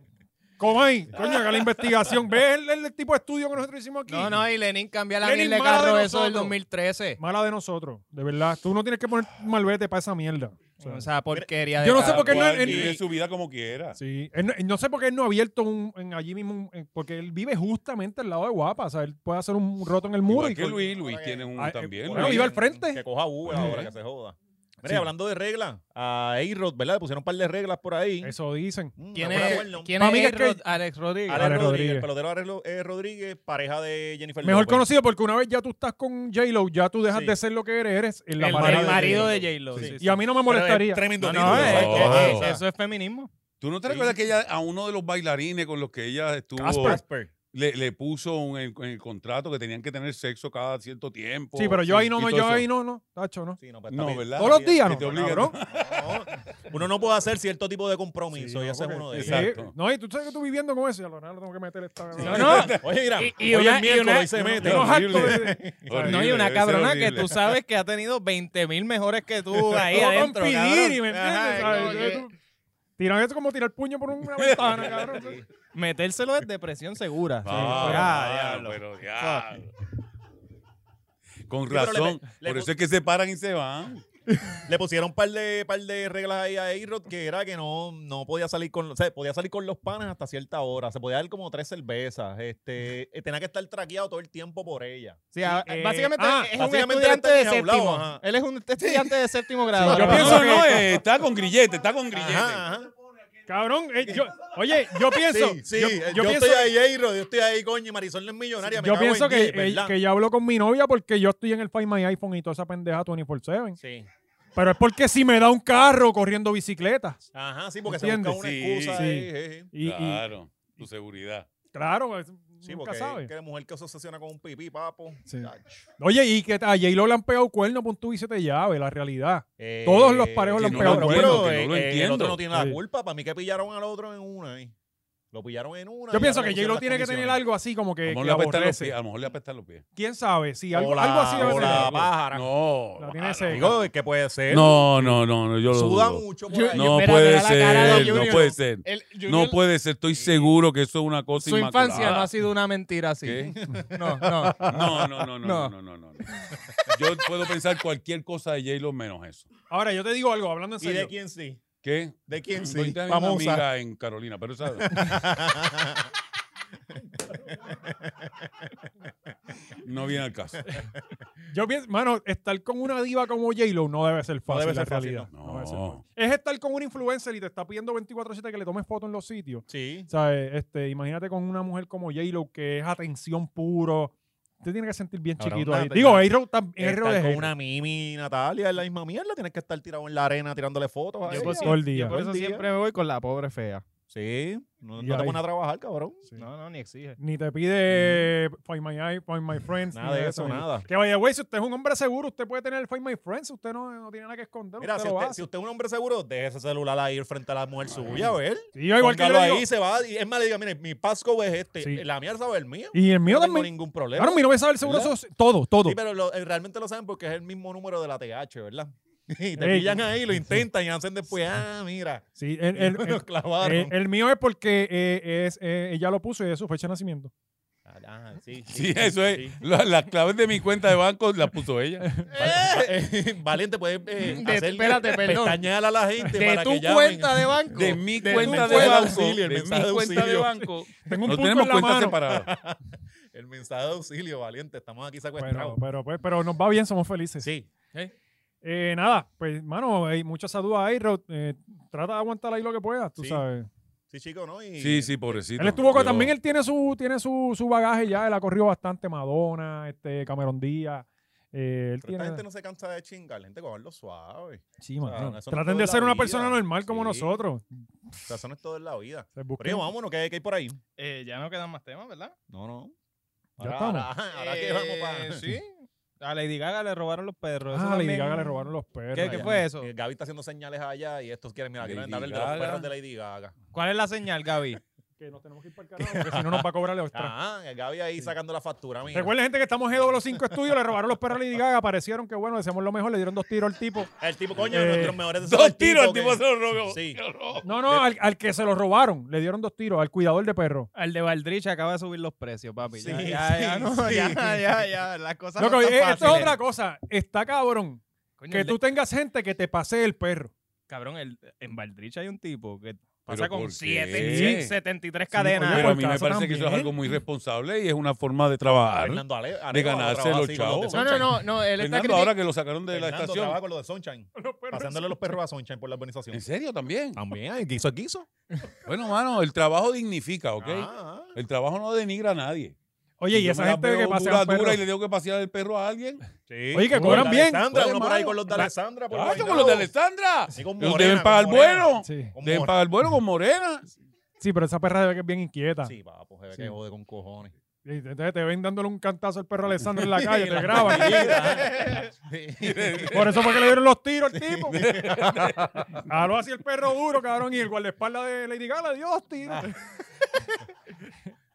B: ¿Cómo ahí? Coño, haga la investigación. ¿Ves el, el tipo de estudio que nosotros hicimos aquí?
C: No, eh. no, y Lenin cambia la
B: Lenin
C: mil de
B: mala de
C: carro eso del
B: nosotros.
C: 2013.
B: Mala de nosotros, de verdad. Tú no tienes que poner malvete para esa mierda. O sea,
C: O sea, porquería de
B: Yo no sé
C: carro.
B: por qué no-
E: Cual
B: en-
E: vive su vida como quiera.
B: Sí, él no, no sé por qué él no ha abierto un, en allí mismo, un- en- porque él vive justamente al lado de Guapa, o sea, él puede hacer un roto en el muro.
E: Igual
B: y
E: que
B: con-
E: Luis, Luis tiene un
B: Ah, eh,
E: también.
B: bueno,
E: Luis.
B: iba al frente.
D: Que coja Uber ahora, que se joda. Mira, y hablando de reglas, a A-Rod, ¿verdad? Le pusieron un par de reglas por ahí.
B: Eso dicen.
D: Mm,
C: ¿Quién
D: no me
C: es,
D: acuerdo.
C: quién
B: Para mí
C: es
B: es que-
C: Rod- Alex Rodríguez?
D: Alex
B: Alex
D: Rodríguez,
B: Rodríguez.
D: el pelotero Alex Ro- eh, Rodríguez, pareja de Jennifer
B: Mejor
D: López.
B: conocido porque una vez ya tú estás con J-Lo, ya tú dejas
D: Sí.
B: de ser lo que eres, eres el,
C: El,
B: la
C: el
B: pareja de
C: marido
B: J-Lo.
C: de J-Lo.
D: Sí.
C: sí, sí.
B: Y a mí no me
D: Pero es
B: molestaría.
D: Tremendo
C: No, no,
D: título.
C: es-
D: ¿sabes?
E: no.
D: Que-
C: es-
D: que-
C: eso es feminismo.
E: ¿Tú no te
D: Sí.
E: recuerdas que ella, a uno de los bailarines con los que ella estuvo,
D: Casper.
E: le, le puso un- en en el contrato que tenían que tener sexo cada cierto tiempo?
B: Sí, pero yo ahí no,
E: y
B: no,
E: todo
B: yo
E: eso?
B: ahí no, no, tacho, no.
D: Sí, no, pero está
E: No,
D: bien.
E: ¿verdad?
B: Todos los días,
E: Que
B: no,
E: te obligan.
B: cabrón.
D: No, uno no puede hacer cierto tipo de compromiso
B: Sí,
D: y
B: no,
D: ese es
B: porque-
D: uno de
B: sí,
D: ellos.
E: Exacto.
B: No, y tú sabes que tú viviendo con eso, ya lo, lo tengo que meter esta.
C: No, no.
D: Oye, mira,
C: Y-
D: hoy
C: y
D: es
C: una- y una-
D: miércoles y se
B: Yo
D: mete.
B: no
E: horrible.
B: jacto de-
E: Horrible,
C: no, y una
E: debe ser
C: cabrona que
E: horrible.
C: tú sabes que ha tenido 20 mil mejores que tú ahí
B: Todo
C: adentro.
B: con
C: cabrón.
B: Pidiri, ¿me entiendes?
C: Ajá,
B: ¿Sabes?
C: como que-
B: Tú- Tiran eso como tirar puño por una ventana, cabrón.
C: Metérselo es depresión segura.
E: Ah,
C: Sí,
E: diablo, pero diablo. Con
D: Sí, pero le-
E: razón.
D: le-
E: Por eso es que se paran y se van.
D: Le pusieron un par de, par de reglas ahí a A-Rod que era que no, no podía salir con, o sea, podía salir con los panes hasta cierta hora. Se podía dar como tres cervezas. Este, eh, tenía que estar traqueado todo el tiempo por ella.
C: Sí, a-
B: Eh,
C: básicamente
B: ah,
C: es
D: básicamente
C: un estudiante
D: él
C: de
D: está enjaulado,
C: séptimo.
D: ajá.
C: Él es un estudiante de séptimo grado.
B: yo
E: No,
C: ahora
B: pienso
E: no,
C: mismo.
B: que-
E: no, eh, está con grillete, está con grillete.
D: Ajá, ajá.
B: Cabrón, eh, yo- oye, yo pienso.
D: Sí, sí,
B: yo,
D: eh,
B: yo
D: yo
B: pienso,
D: estoy ahí, A-Rod, yo estoy ahí, coño, y Marisol no es millonaria. me
B: yo
D: cago en
B: pienso que,
D: diez,
B: eh,
D: ¿verdad?
B: que ya hablo con mi novia porque yo estoy en el Find My iPhone y toda esa pendeja 24-7.
D: Sí.
B: Pero es porque si me da un carro corriendo bicicleta.
D: Ajá, sí, porque se
B: ¿Entiendes?
D: busca una
E: Sí,
D: excusa.
B: sí.
D: ahí, eh, eh.
B: Y, y-
E: Claro, tu seguridad.
B: claro, es-
D: Sí,
B: nunca
D: porque
B: sabe.
D: que la mujer que se obsesiona con un pipí, papo.
B: Sí.
D: Chacho.
B: Oye, y que a J-Lo le han pegado cuerno por tu bicicleta de llave, la realidad. Todos los parejos
D: Eh, que
B: le han
D: no
B: pegado
D: lo
B: cuernos,
D: entiendo,
E: que no lo
D: eh, eh, El
E: entiendo.
D: otro no tiene la
B: Sí.
D: culpa. Para mí que pillaron al otro en una ahí. Lo pillaron en una.
B: Yo
D: y
B: pienso
D: ahora
B: que
D: le
B: J-Lo
D: pusieron
B: tiene que
D: las
B: tener
D: condiciones.
B: algo así como
E: A
B: que,
E: lo mejor
B: que
E: le apestan los
B: aborrece.
E: pies. A lo mejor le apestan los pies.
B: ¿Quién sabe? Sí, algo,
D: O la,
B: algo así debe
D: o
B: ser.
D: la pájara.
E: No.
B: La tiene seca.
D: Digo, es que puede ser.
E: No, no, no, no, yo lo
D: Suda
E: dudo.
D: mucho por
G: Yo-
D: ahí.
E: No
G: Mira,
E: puede
G: mira la cara de
E: ser, no
G: Junior.
E: puede ser.
C: El-
E: No
C: Eh, Junior-
E: puede ser, estoy seguro que eso es una cosa
C: su infancia no
E: inmaculada.
C: ha sido una mentira así.
E: ¿Qué?
C: No, no.
E: No, no, no, no, no,
C: No.
E: no, no, no. Yo puedo pensar cualquier cosa de J-Lo menos eso.
B: Ahora, yo te digo algo, hablando en
D: ¿Y de
B: serio.
D: quién sí?
E: ¿Qué?
D: ¿De quién sí?
E: Ahorita hay una
D: Vamos a
E: amiga en Carolina, pero esa- no viene al caso.
B: Yo pienso, mano, estar con una diva como J-Lo no debe ser fácil,
D: debe ser
B: la
D: fácil,
B: realidad.
E: no.
B: No debe ser
E: No.
B: fácil. Es estar con una influencer y te está pidiendo 24-7 que le tomes fotos en los sitios.
D: Sí.
B: ¿Sabes? Este, imagínate con una mujer como J-Lo que es atención puro. Usted tiene que sentir bien
D: Cabrón,
B: chiquito
D: una-
B: ahí. Digo, A-Row también. A-Row
D: Estar
B: es
D: con
B: A-Row.
D: una Mimi Natalia es la misma mierda. Tienes que estar tirado en la arena tirándole fotos. a
C: Yo
D: ella.
C: por,
B: Todo el día.
C: yo por eso
D: Todo el día.
C: siempre me voy con la pobre fea.
D: Sí. No,
B: Y
D: no te
B: ahí.
D: pones a trabajar, cabrón.
C: No, no, ni exige.
B: Ni te pide Find My Eye, Find My Friends.
D: Nada
B: ni
D: de eso,
B: ni-
D: nada.
B: Que vaya, güey, si usted es un hombre seguro, usted puede tener el Find My Friends. Usted no, no tiene nada que esconder.
D: Mira,
B: usted
D: si
B: lo
D: usted,
B: hace.
D: si usted es un hombre seguro, deje ese celular ahí frente a la mujer suya, a ver.
B: Y yo igual que yo
D: Póngalo
B: le digo-
D: ahí, se va. Y es más, le diga, mire, mi passcode es este.
B: Sí.
D: La mía sabe el mío.
B: Y el mío
D: no tengo
B: también.
D: ningún problema.
B: Claro, mi novia sabe el seguro
D: ¿Verdad?
B: social- Todo, todo.
D: Sí, pero lo- eh, realmente lo saben porque es el mismo número de la TH, ¿verdad? Y te
B: Ey.
D: pillan ahí, lo intentan y hacen después, ah, mira,
B: Sí, el, el- el- eh,
D: nos clavaron.
B: el- el mío es porque eh, es, eh, ella lo puso y es su fecha de nacimiento.
D: Ah, sí,
E: Sí, eso es. La- las claves de mi cuenta de banco las puso ella.
D: Eh, Valiente, puedes eh,
C: De-
D: hacer-
C: espérate, perdón.
D: pestañear a la gente
C: De
D: para
C: tu
D: que llamen.
C: cuenta de banco.
E: De mi
D: Del
E: cuenta de
D: mensaje de
E: banco.
D: auxilio, el
E: De
D: mensaje de
E: mi cuenta de
D: auxilio.
E: banco.
B: Tengo un
E: No
B: punto
E: tenemos
B: en la
E: cuentas
B: mano.
E: separadas.
D: El mensaje de auxilio, Valiente, estamos aquí
B: Pero,
D: secuestrados.
B: pero, pues, pero nos va bien, somos felices.
D: sí.
B: Eh, nada, pues, mano, hay mucha salud a Ayrod. Eh, trata de aguantar ahí lo que puedas, tú
D: Sí.
B: sabes.
D: Sí, chico, ¿no? Y
E: Sí, sí, pobrecito.
B: Él estuvo con,
E: Yo-
B: también él tiene su, tiene su, su bagaje ya, él ha corrido bastante Madonna, este Cameron Díaz. eh, él
D: Pero esta
B: tiene.
D: gente no se cansa de chingar, gente, cogerlo suave.
B: Sí,
D: sea,
B: mano.
D: no, eso no
B: Traten
D: todo
B: de
D: es la
B: ser una
D: vida.
B: persona normal como
D: Sí.
B: nosotros.
D: O sea, eso no es todo en la vida.
B: Se busquen-
D: Pero vámonos, ¿qué hay, qué hay por ahí?
C: Eh, ya no quedan más temas, ¿verdad?
D: No, no.
B: Ya
D: Ahora-
B: estamos.
D: Ahora, ahora
C: Eh,
D: que vamos para...
C: Sí. A Lady Gaga le robaron los perros.
B: Ah,
C: Eso
B: Lady
C: también-
B: Gaga le robaron los perros.
C: ¿Qué- qué
B: ya.
C: fue eso?
D: Eh, Gaby está haciendo señales allá y estos quieren, mira, quieren
E: Lady
D: hablar de los
E: Gaga.
D: perros de Lady Gaga.
C: ¿Cuál es la señal, Gaby?
B: Que nos tenemos que ir para el carajo, porque si no nos va a cobrar el extra.
D: Ah, Gaby ahí sacando la factura, mira.
B: Recuerden, gente, que estamos en E GW5 Estudios, le robaron los perros a Lady Gaga, aparecieron que bueno, deseamos lo mejor, le dieron dos tiros al tipo.
D: El tipo, coño,
B: Eh,
D: nuestros mejores deseos del
E: Dos tiros, el
D: que-
E: tipo se lo robó.
D: Sí.
E: Se lo robó.
B: No, no, al, al que se los robaron, le dieron dos tiros, al cuidador de perros.
C: Al de Valdrich acaba de subir los precios, papi. Ya,
D: Sí,
C: ya, ya,
D: sí,
C: no,
D: sí.
C: ya, ya, ya, Las cosas
B: Loco,
C: no
B: eh,
C: están
B: esto es
C: fáciles.
B: otra cosa, está cabrón
C: Coño,
B: que
C: el de-
B: tú tengas gente que te pase el perro.
C: Cabrón, el- en Valdrich hay un tipo que pasa
E: ¿por
C: con
E: qué?
C: siete,
E: Sí.
C: 73
B: Sí,
C: cadenas.
B: oye,
E: Pero a mí
B: por
E: me
B: caso
E: parece que eso es
B: también.
E: algo muy responsable y es una forma de trabajar.
D: Fernando Ale, Ale cuando
E: De ganarse
D: trabaja
E: los
D: así con de
E: chavos.
C: no,
D: Sunshine.
C: no, no, no, él está
E: Fernando,
C: criti-
E: ahora que lo sacaron de la
D: Fernando
E: estación.
D: trabaja con lo de Sunshine. Pasándole los perros a Sunshine por la urbanización.
E: ¿En serio también?
D: También, el guiso es guiso.
E: Bueno, mano, el trabajo dignifica, ¿ok?
D: Ah, ah.
E: El trabajo no denigra a nadie.
B: Oye,
E: Si
B: y
E: yo
B: esa
E: me la
B: gente que
E: veo
B: pasea
E: dura,
B: el perro.
E: dura y le tengo que pasear el perro a alguien.
D: Sí.
B: Oye, que
D: Uno
B: cobran
D: de
B: bien.
D: Alessandra,
E: Oye,
D: uno por ahí
E: mano.
D: con los de
E: La-
D: Alessandra. por
E: ¡Ah,
D: ahí,
E: como los de
D: ¿no?
E: Alessandra!
D: Sí, con
E: Ellos
D: Morena,
E: deben
D: con
E: pagar
D: Morena.
E: bueno.
B: Sí.
D: Con
E: Deben
D: Morena.
E: pagar bueno con Morena.
B: Sí, pero esa perra debe que es bien inquieta.
D: Sí, papo, se ve
B: Sí.
D: que jode con cojones.
B: Y Entonces te ven dándole un cantazo al perro Alessandro en la calle,
D: Y la
B: te graban.
D: comidita.
B: Por eso fue que le dieron los tiros al tipo. Aló así el perro duro, cabrón, y el guardaespaldas de Lady Gaga, Dios, tío.
E: Ah.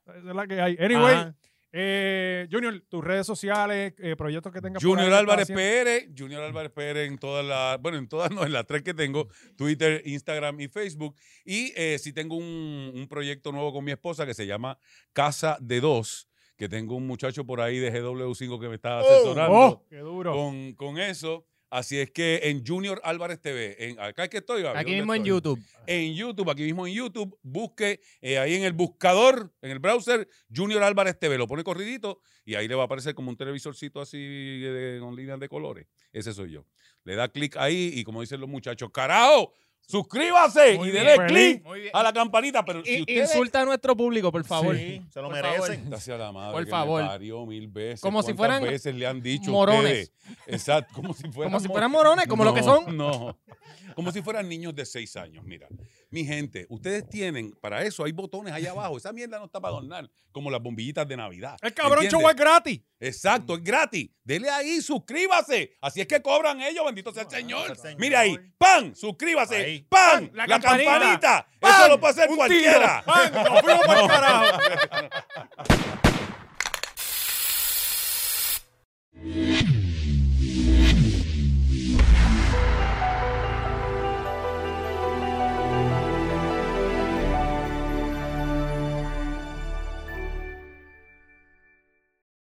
B: Esa es la que hay. Anyway,
D: Ajá.
B: eh, Junior, tus redes sociales, eh, proyectos que tengas. por ahí
E: Junior
B: que estás
E: Álvarez
B: haciendo.
E: Pérez, Junior Álvarez Pérez en todas las, bueno, en todas, no, en las tres que tengo, Twitter, Instagram y Facebook. Y eh, sí tengo un, un proyecto nuevo con mi esposa que se llama Casa de Dos, que tengo un muchacho por ahí de GW5 que me está asesorando
B: ¡Oh! ¡Qué duro!
E: con, con eso. Así es que en Junior Álvarez TV, en, acá es que estoy. Gaby,
C: Aquí
E: ¿dónde
C: mismo en
E: estoy?
C: YouTube.
E: en YouTube, aquí mismo en YouTube, busque eh, ahí en el buscador, en el browser, Junior Álvarez TV, lo pone corridito y ahí le va a aparecer como un televisorcito así de- con líneas de colores. Ese soy yo. Le da clic ahí y como dicen los muchachos, ¡carajo! ¡Suscríbase!
B: Muy
E: y
B: bien,
E: denle
B: feliz.
E: clic
C: Muy bien.
E: a la campanita. Pero si
C: I-
E: ustedes...
C: Insulta a nuestro público, por favor.
D: Sí, se lo
C: Por
D: merecen.
E: Maldita sea la madre
C: Por
E: que me
C: favor.
E: parió mil veces.
C: Como si
E: ¿Cuántas
C: fueran
E: veces le han dicho
C: morones.
E: ustedes? Exacto, como si fueran
C: Como si
E: mo-
C: fueran morones, como lo que
E: No,
C: son.
E: No, como si fueran niños de seis años, mira. Mi gente, ustedes tienen, para eso hay botones allá abajo. Esa mierda no está para adornar, como las bombillitas de Navidad.
B: El cabrón
E: ¿Entiendes?
B: show es gratis.
E: Exacto, es gratis. Dele ahí, suscríbase. Así es que cobran ellos, bendito sea el Señor.
D: señor.
E: Mire ahí, ¡pam! Suscríbase,
D: Ahí.
E: ¡pam! La,
B: La
E: campanita.
B: campanita.
E: Eso
B: ¡Pam!
E: lo puede hacer
B: Un tiro.
E: cualquiera.
B: ¡Pam! Nos fuimos para el carajo.